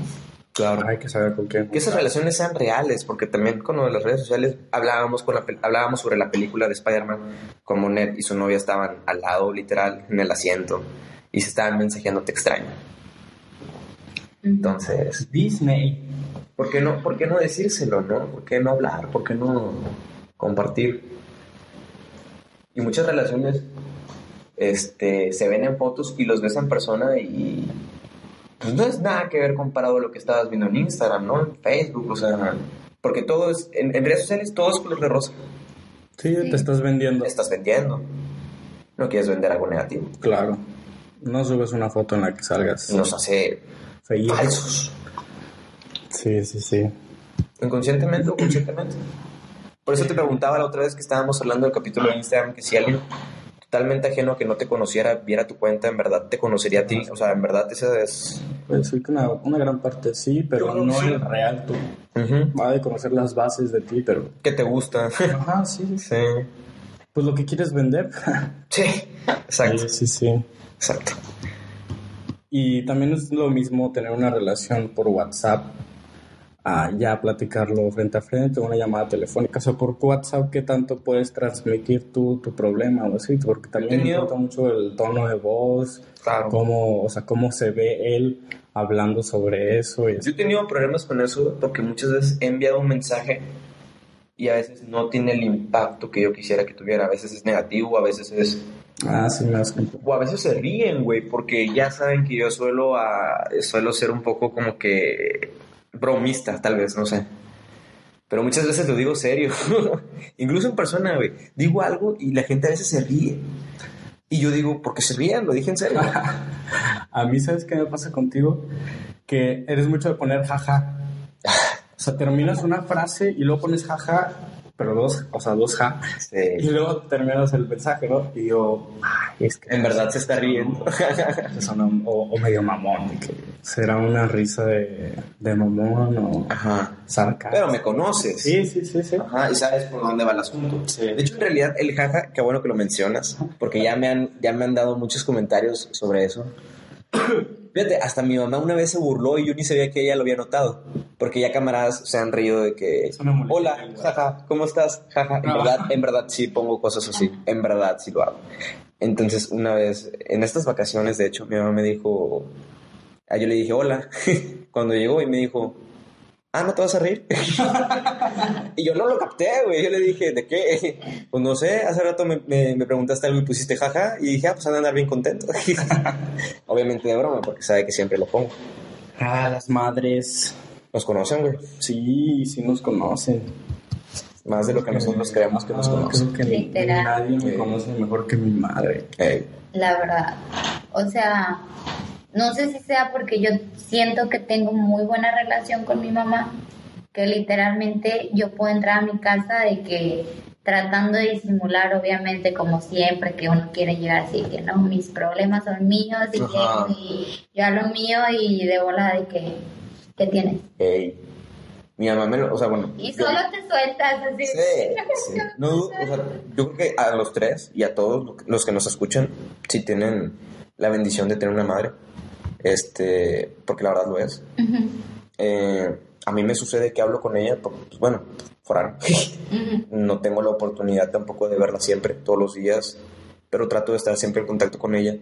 [SPEAKER 2] Claro.
[SPEAKER 1] Hay que saber con quién.
[SPEAKER 2] Que esas relaciones sean reales, porque también con lo de las redes sociales hablábamos, con la, pel- hablábamos sobre la película de Spider-Man, como Ned y su novia estaban al lado, literal, en el asiento, y se estaban mensajeando, te extraño.
[SPEAKER 3] Ujú.
[SPEAKER 2] Entonces,
[SPEAKER 1] Disney.
[SPEAKER 2] ¿por qué no, por qué no decírselo, no? ¿Por qué no hablar? ¿Por qué no compartir? Y muchas relaciones este, se ven en fotos y los ves en persona y pues, no es nada que ver comparado a lo que estabas viendo en Instagram, ¿no? En Facebook, o sea, porque todo es, en, en redes sociales todo es color de rosa.
[SPEAKER 1] Sí,
[SPEAKER 3] Sí.
[SPEAKER 1] te estás vendiendo.
[SPEAKER 2] Estás vendiendo. No quieres vender algo negativo.
[SPEAKER 1] Claro. No subes una foto en la que salgas
[SPEAKER 2] Nos hace
[SPEAKER 1] feíto.
[SPEAKER 2] falsos.
[SPEAKER 1] Sí, sí, sí.
[SPEAKER 2] Inconscientemente o conscientemente. Por eso te preguntaba la otra vez que estábamos hablando del capítulo de Instagram que si alguien totalmente ajeno a que no te conociera viera tu cuenta, en verdad te conocería a ti. O sea, en verdad esa es...
[SPEAKER 1] Puedo decir que una, una gran parte sí, pero no el real tú.
[SPEAKER 2] Ujú.
[SPEAKER 1] Va de conocer las bases de ti, pero...
[SPEAKER 2] Que te gusta.
[SPEAKER 1] Ajá, sí, sí, sí.
[SPEAKER 2] sí.
[SPEAKER 1] Pues lo que quieres vender.
[SPEAKER 2] Sí. Exacto.
[SPEAKER 1] Sí, sí, sí.
[SPEAKER 2] Exacto.
[SPEAKER 1] Y también es lo mismo tener una relación por WhatsApp a ya platicarlo frente a frente, una llamada telefónica, o sea, por WhatsApp, ¿qué tanto puedes transmitir tú tu problema o así? Porque también
[SPEAKER 2] tenido-
[SPEAKER 1] importa mucho el tono de voz,
[SPEAKER 2] Claro.
[SPEAKER 1] cómo, o sea, cómo se ve él hablando sobre eso. Y
[SPEAKER 2] Yo he tenido problemas con eso porque muchas veces he enviado un mensaje y a veces no tiene el impacto que yo quisiera que tuviera. A veces es negativo, a veces es...
[SPEAKER 1] Ah, sí, me das cuenta.
[SPEAKER 2] O a veces se ríen, güey, porque ya saben que yo suelo, a, suelo ser un poco como que bromista, tal vez, no sé. Pero muchas veces lo digo serio. Incluso en persona, güey. Digo algo y la gente a veces se ríe. Y yo digo, ¿por qué se ríen? Lo dije en serio.
[SPEAKER 1] A mí, ¿sabes qué me pasa contigo? Que eres mucho de poner jaja. O sea, terminas una frase y luego pones jaja, pero dos, o sea, dos ja. Y
[SPEAKER 2] Sí.
[SPEAKER 1] luego terminas el mensaje, ¿no? Y yo, ay, es que
[SPEAKER 2] En verdad se está riendo.
[SPEAKER 1] son un- o, o medio mamón. de que será una risa de, de mamón o
[SPEAKER 2] Ajá.
[SPEAKER 1] sarcasmo.
[SPEAKER 2] Pero me conoces.
[SPEAKER 1] Sí, sí, sí, sí.
[SPEAKER 2] Ajá, y sabes por dónde va el asunto.
[SPEAKER 1] Sí.
[SPEAKER 2] De hecho, en realidad, el jaja, qué bueno que lo mencionas, porque ya me han, ya me han dado muchos comentarios sobre eso. Fíjate, hasta mi mamá una vez se burló y yo ni sabía que ella lo había notado, porque ya camaradas se han reído de que,
[SPEAKER 1] Es una molestia
[SPEAKER 2] hola,
[SPEAKER 1] en el
[SPEAKER 2] jaja, ¿cómo estás? Jaja, en
[SPEAKER 1] Ah.
[SPEAKER 2] verdad, en verdad sí pongo cosas así, en verdad sí lo hago. Entonces, una vez, en estas vacaciones, de hecho, mi mamá me dijo, ah, yo le dije, hola, cuando llegó y me dijo, ah, ¿no te vas a reír? Y yo no lo capté, güey. Yo le dije, ¿de qué? Pues no sé, hace rato me, me- me preguntaste algo y pusiste jaja. Y dije, ah, pues han de andar bien contento. Obviamente de broma, porque sabe que siempre lo pongo.
[SPEAKER 1] Ah, las madres.
[SPEAKER 2] Nos conocen, güey.
[SPEAKER 1] Sí, sí nos conocen.
[SPEAKER 2] Más de lo que nosotros creemos que nos
[SPEAKER 1] Ah,
[SPEAKER 2] conocen.
[SPEAKER 1] Creo que ni-
[SPEAKER 3] Literal.
[SPEAKER 1] nadie me
[SPEAKER 2] Sí.
[SPEAKER 1] conoce mejor que mi madre.
[SPEAKER 2] Ey,
[SPEAKER 3] La verdad. O sea, no sé si sea porque yo siento que tengo muy buena relación con mi mamá, que literalmente yo puedo entrar a mi casa de que tratando de disimular, obviamente, como siempre, que uno quiere llegar así, que no, mis problemas son míos y
[SPEAKER 2] Ajá.
[SPEAKER 3] que y yo a lo mío y de bola de que, ¿qué tienes?
[SPEAKER 2] ey. Mi mamá me lo, o sea, bueno.
[SPEAKER 3] Y
[SPEAKER 2] yo-
[SPEAKER 3] solo te sueltas así.
[SPEAKER 2] Sí, sí. No, o sea, yo creo que a los tres y a todos lo- los que nos escuchan, sí tienen la bendición de tener una madre, este, porque la verdad lo es.
[SPEAKER 3] Ujú,
[SPEAKER 2] Eh, a mí me sucede que hablo con ella, porque, pues, bueno, forano.
[SPEAKER 3] ujú.
[SPEAKER 2] no tengo la oportunidad tampoco de verla siempre, todos los días, pero trato de estar siempre en contacto con ella.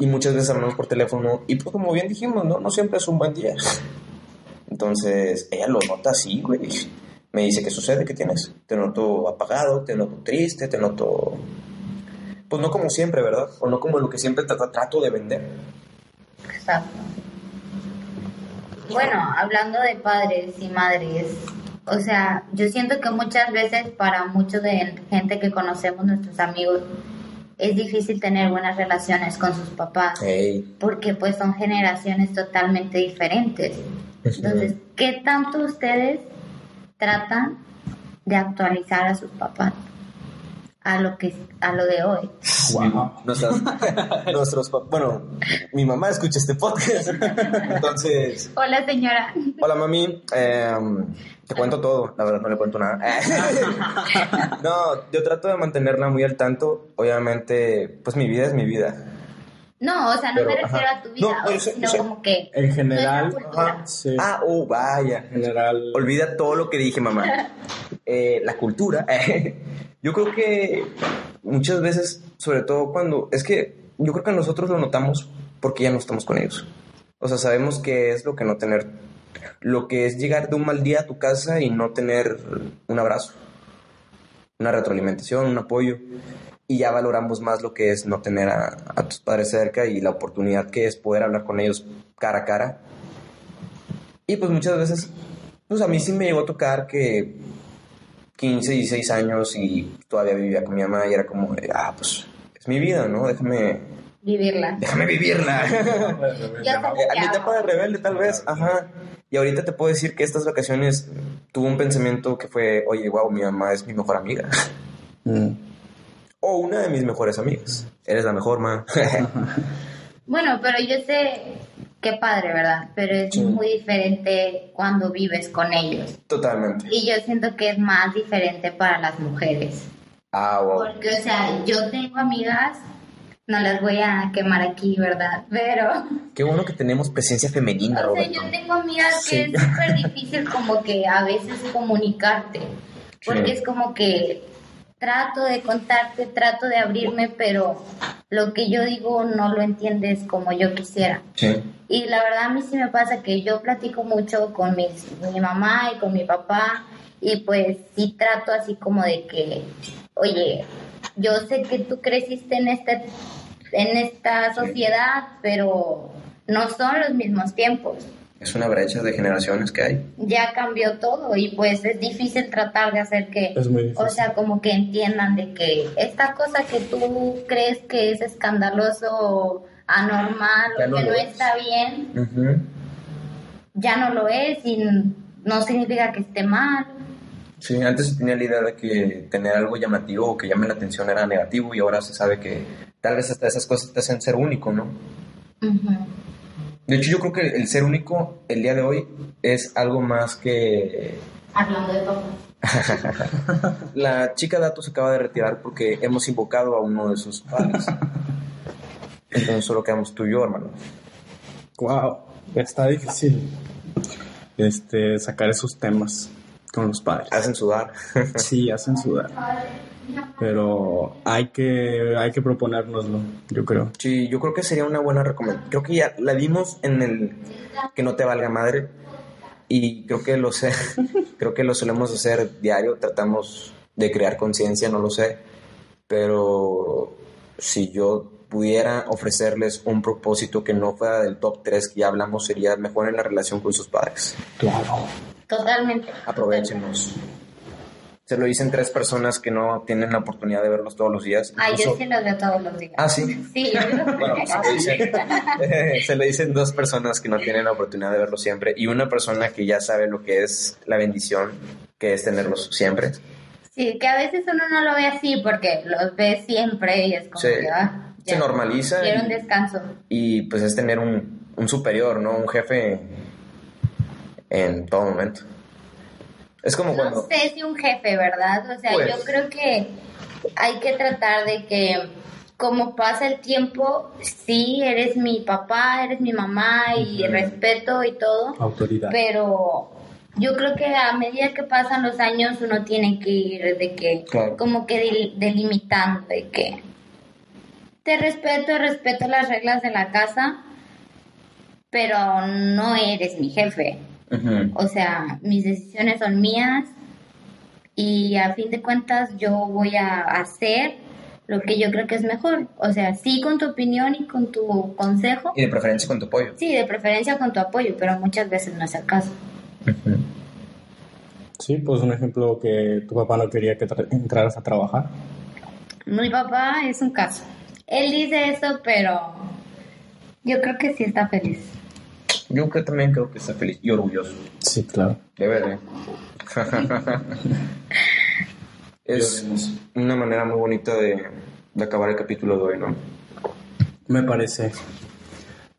[SPEAKER 2] Y muchas veces hablamos por teléfono y pues como bien dijimos, ¿no? No siempre es un buen día. Entonces, ella lo nota así, güey. Me dice, ¿qué sucede? ¿Qué tienes? Te noto apagado, te noto triste, te noto... Pues no como siempre, ¿verdad? O no como lo que siempre tra- trato de vender.
[SPEAKER 3] Exacto. Bueno, hablando de padres y madres, o sea, yo siento que muchas veces para muchos de gente que conocemos, nuestros amigos, es difícil tener buenas relaciones con sus papás,
[SPEAKER 2] Ey.
[SPEAKER 3] porque pues son generaciones totalmente diferentes. Entonces, ¿qué tanto ustedes tratan de actualizar a sus papás? A lo que a lo de hoy.
[SPEAKER 1] Wow.
[SPEAKER 2] Nuestras- nuestros... pap- Bueno, mi mamá escucha este podcast. Entonces...
[SPEAKER 3] Hola, señora.
[SPEAKER 2] Hola, mami. Eh, te cuento todo. La verdad, no le cuento nada. no, yo trato de mantenerla muy al tanto. Obviamente, pues mi vida es mi vida.
[SPEAKER 3] No, o sea, no
[SPEAKER 2] Pero,
[SPEAKER 3] me refiero
[SPEAKER 2] ajá.
[SPEAKER 3] a tu vida,
[SPEAKER 2] No,
[SPEAKER 3] o-
[SPEAKER 2] yo sé, yo
[SPEAKER 3] sino
[SPEAKER 2] sé.
[SPEAKER 3] como que
[SPEAKER 1] En general,
[SPEAKER 3] Nuestra cultura.
[SPEAKER 1] ajá, sí.
[SPEAKER 2] Ah, oh, vaya.
[SPEAKER 1] En general,
[SPEAKER 2] Olvida todo lo que dije, mamá. Eh, la cultura. yo creo que muchas veces, sobre todo cuando... Es que yo creo que nosotros lo notamos porque ya no estamos con ellos. O sea, sabemos que es lo que no tener... Lo que es llegar de un mal día a tu casa y no tener un abrazo. una retroalimentación, un apoyo. Y ya valoramos más lo que es no tener a, a tus padres cerca y la oportunidad que es poder hablar con ellos cara a cara. Y pues muchas veces, pues a mí sí me llegó a tocar que 15, 16 años y todavía vivía con mi mamá y era como, de, ah, pues es mi vida, ¿no? Déjame,
[SPEAKER 3] vivirla.
[SPEAKER 2] déjame vivirla.
[SPEAKER 3] Ya
[SPEAKER 2] Eh, a mi etapa de rebelde, tal vez, ajá. Y ahorita te puedo decir que estas vacaciones tuve un pensamiento que fue, oye, wow, mi mamá es mi mejor amiga.
[SPEAKER 1] Mm.
[SPEAKER 2] o una de mis mejores amigas. Eres la mejor, ma.
[SPEAKER 3] Bueno, pero yo sé qué padre, ¿verdad? Pero es
[SPEAKER 2] Sí.
[SPEAKER 3] muy diferente cuando vives con ellos.
[SPEAKER 2] Totalmente.
[SPEAKER 3] Y yo siento que es más diferente para las mujeres.
[SPEAKER 2] Ah, wow.
[SPEAKER 3] Porque, o sea, yo tengo amigas, no las voy a quemar aquí, ¿verdad? Pero,
[SPEAKER 2] Qué bueno que tenemos presencia femenina,
[SPEAKER 3] o sea,
[SPEAKER 2] Roberto.
[SPEAKER 3] yo tengo amigas que
[SPEAKER 2] Sí.
[SPEAKER 3] es súper difícil como que a veces comunicarte. Porque
[SPEAKER 2] Sí.
[SPEAKER 3] es como que trato de contarte, trato de abrirme, pero lo que yo digo no lo entiendes como yo quisiera.
[SPEAKER 2] Sí.
[SPEAKER 3] Y la verdad a mí sí me pasa que yo platico mucho con mis- mi mamá y con mi papá y pues sí trato así como de que, oye, yo sé que tú creciste en, este, en esta sociedad, pero no son los mismos tiempos.
[SPEAKER 2] Es una brecha de generaciones que hay.
[SPEAKER 3] Ya cambió todo y pues es difícil tratar de hacer que,
[SPEAKER 1] Es muy difícil.
[SPEAKER 3] o sea, como que entiendan de que esta cosa que tú crees que es escandaloso o anormal
[SPEAKER 2] Ya
[SPEAKER 3] o
[SPEAKER 2] no
[SPEAKER 3] que
[SPEAKER 2] lo
[SPEAKER 3] no
[SPEAKER 2] es.
[SPEAKER 3] está bien, ya no lo es y no significa que esté mal.
[SPEAKER 2] Sí, antes tenía la idea de que tener algo llamativo o que llame la atención era negativo y ahora se sabe que tal vez hasta esas cosas te hacen ser único, ¿no? De hecho, yo creo que el ser único el día de hoy es algo más que
[SPEAKER 3] Hablando de papás.
[SPEAKER 2] La chica Dato se acaba de retirar porque hemos invocado a uno de sus padres. Entonces solo quedamos tú y yo, hermano.
[SPEAKER 1] Wow, está difícil este, sacar esos temas con los padres.
[SPEAKER 2] Hacen sudar.
[SPEAKER 1] Sí, hacen sudar. Pero hay que, hay que proponérnoslo, yo creo.
[SPEAKER 2] Sí, yo creo que sería una buena recomendación. Creo que ya la dimos en el que no te valga madre. Y creo que lo sé. creo que lo solemos hacer diario. Tratamos de crear conciencia, no lo sé. Pero si yo pudiera ofrecerles un propósito que no fuera del top 3 que ya hablamos, sería mejor en la relación con sus padres.
[SPEAKER 1] Claro.
[SPEAKER 3] Totalmente.
[SPEAKER 2] aprovechenos. Se lo dicen tres personas que no tienen la oportunidad de verlos todos los días.
[SPEAKER 3] Ah, yo
[SPEAKER 2] Incluso-
[SPEAKER 3] sí los veo todos los días.
[SPEAKER 2] Ah, sí.
[SPEAKER 3] Sí, yo los
[SPEAKER 2] Bueno, pues, se, lo dicen, se lo dicen dos personas que no tienen la oportunidad de verlos siempre y una persona que ya sabe lo que es la bendición que es tenerlos siempre.
[SPEAKER 3] Sí, que a veces uno no lo ve así porque los ve siempre y es como
[SPEAKER 2] Se,
[SPEAKER 3] que ah,
[SPEAKER 2] se
[SPEAKER 3] ya.
[SPEAKER 2] normaliza
[SPEAKER 3] Quiero un
[SPEAKER 2] y,
[SPEAKER 3] descanso.
[SPEAKER 2] y, pues es tener un, un superior, ¿no? Un jefe en todo momento. Es como
[SPEAKER 3] No
[SPEAKER 2] cuando...
[SPEAKER 3] sé si un jefe, ¿verdad? O sea,
[SPEAKER 2] Pues.
[SPEAKER 3] yo creo que hay que tratar de que como pasa el tiempo, sí, eres mi papá, eres mi mamá y
[SPEAKER 1] Ujú.
[SPEAKER 3] respeto y todo,
[SPEAKER 1] Autoridad.
[SPEAKER 3] pero yo creo que a medida que pasan los años uno tiene que ir de que
[SPEAKER 2] Claro.
[SPEAKER 3] como que del- delimitando de que te respeto, respeto las reglas de la casa, pero no eres mi jefe.
[SPEAKER 2] Ujú.
[SPEAKER 3] O sea, mis decisiones son mías y a fin de cuentas yo voy a hacer lo que yo creo que es mejor. O sea, sí con tu opinión y con tu consejo.
[SPEAKER 2] Y de preferencia con tu pollo.
[SPEAKER 3] Sí, de preferencia con tu apoyo, pero muchas veces no es el caso.
[SPEAKER 2] Ujú.
[SPEAKER 1] Sí, pues un ejemplo que tu papá no quería que tra- entraras a trabajar.
[SPEAKER 3] Mi papá es un caso. Él dice eso, pero yo creo que sí está feliz.
[SPEAKER 2] Yo creo, también creo que está feliz y orgulloso.
[SPEAKER 1] Sí, claro.
[SPEAKER 2] Debe de. es una manera muy bonita de, de acabar el capítulo de hoy, ¿no?
[SPEAKER 1] Me parece.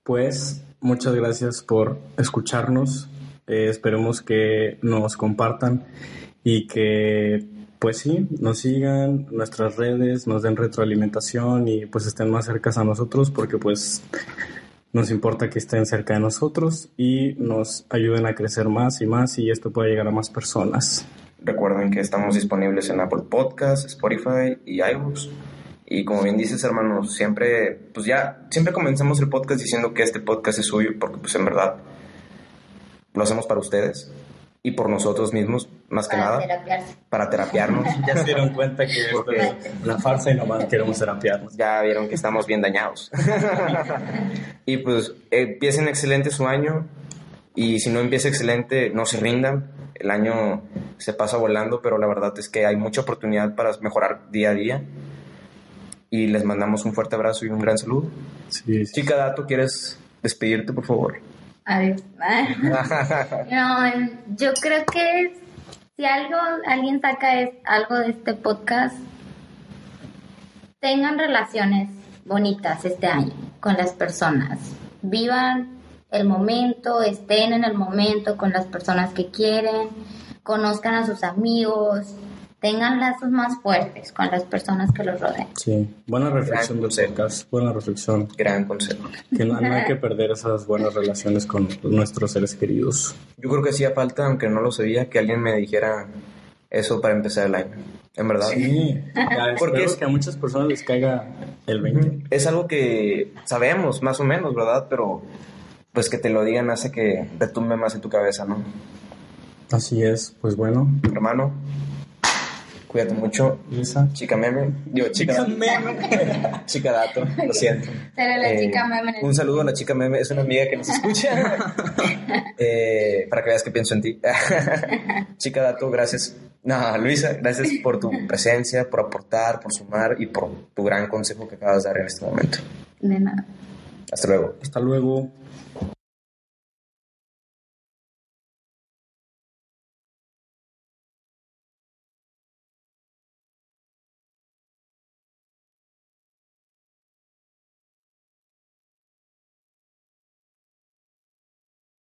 [SPEAKER 1] Pues muchas gracias por escucharnos. Eh, esperemos que nos compartan y que, pues sí, nos sigan nuestras redes, nos den retroalimentación y pues estén más cercas a nosotros porque pues nos importa que estén cerca de nosotros y nos ayuden a crecer más y más y esto pueda llegar a más personas.
[SPEAKER 2] Recuerden que estamos disponibles en Apple Podcasts, Spotify y iBooks. Y como bien dices, hermanos, siempre, pues ya, siempre comenzamos el podcast diciendo que este podcast es suyo, porque pues en verdad lo hacemos para ustedes y por nosotros mismos, más que
[SPEAKER 3] Para
[SPEAKER 2] nada,
[SPEAKER 3] terapiarse.
[SPEAKER 2] para terapiarnos.
[SPEAKER 1] Ya se dieron cuenta que esto es una farsa y nomás queremos terapiarnos.
[SPEAKER 2] ya vieron que estamos bien dañados. y pues empiecen excelente su año y si no empieza excelente, no se rindan. El año se pasa volando, pero la verdad es que hay mucha oportunidad para mejorar día a día. Y les mandamos un fuerte abrazo y un gran saludo.
[SPEAKER 1] Sí, sí.
[SPEAKER 2] Chica Dato, ¿quieres despedirte, por favor?
[SPEAKER 3] Adiós. No, yo creo que si algo alguien saca es algo de este podcast, tengan relaciones bonitas este año con las personas. Vivan el momento, estén en el momento con las personas que quieren, conozcan a sus amigos, tengan lazos más fuertes con las personas que los rodean.
[SPEAKER 1] Sí, buena reflexión del
[SPEAKER 2] consejo.
[SPEAKER 1] podcast, buena reflexión.
[SPEAKER 2] gran consejo.
[SPEAKER 1] Que no, no hay que perder esas buenas relaciones con nuestros seres queridos.
[SPEAKER 2] Yo creo que hacía falta, aunque no lo sabía, que alguien me dijera eso para empezar el año. En verdad.
[SPEAKER 1] Sí,
[SPEAKER 2] Porque
[SPEAKER 1] porque
[SPEAKER 2] es-
[SPEAKER 1] es que a muchas personas les caiga el 20.
[SPEAKER 2] Es algo que sabemos más o menos, ¿verdad? Pero pues que te lo digan hace que retumbe más en tu cabeza, ¿no?
[SPEAKER 1] Así es, pues bueno,
[SPEAKER 2] Hermano, cuídate mucho.
[SPEAKER 1] Lisa.
[SPEAKER 2] Chica meme, digo chica, chica dato, lo siento.
[SPEAKER 3] Será la
[SPEAKER 2] Eh,
[SPEAKER 3] chica meme en el-
[SPEAKER 2] Un saludo a la chica meme, es una amiga que nos escucha. Eh, para que veas que pienso en ti. chica dato, gracias. No, Luisa, gracias por tu presencia, por aportar, por sumar y por tu gran consejo que acabas de dar en este momento.
[SPEAKER 3] de nada.
[SPEAKER 2] Hasta luego.
[SPEAKER 1] Hasta luego.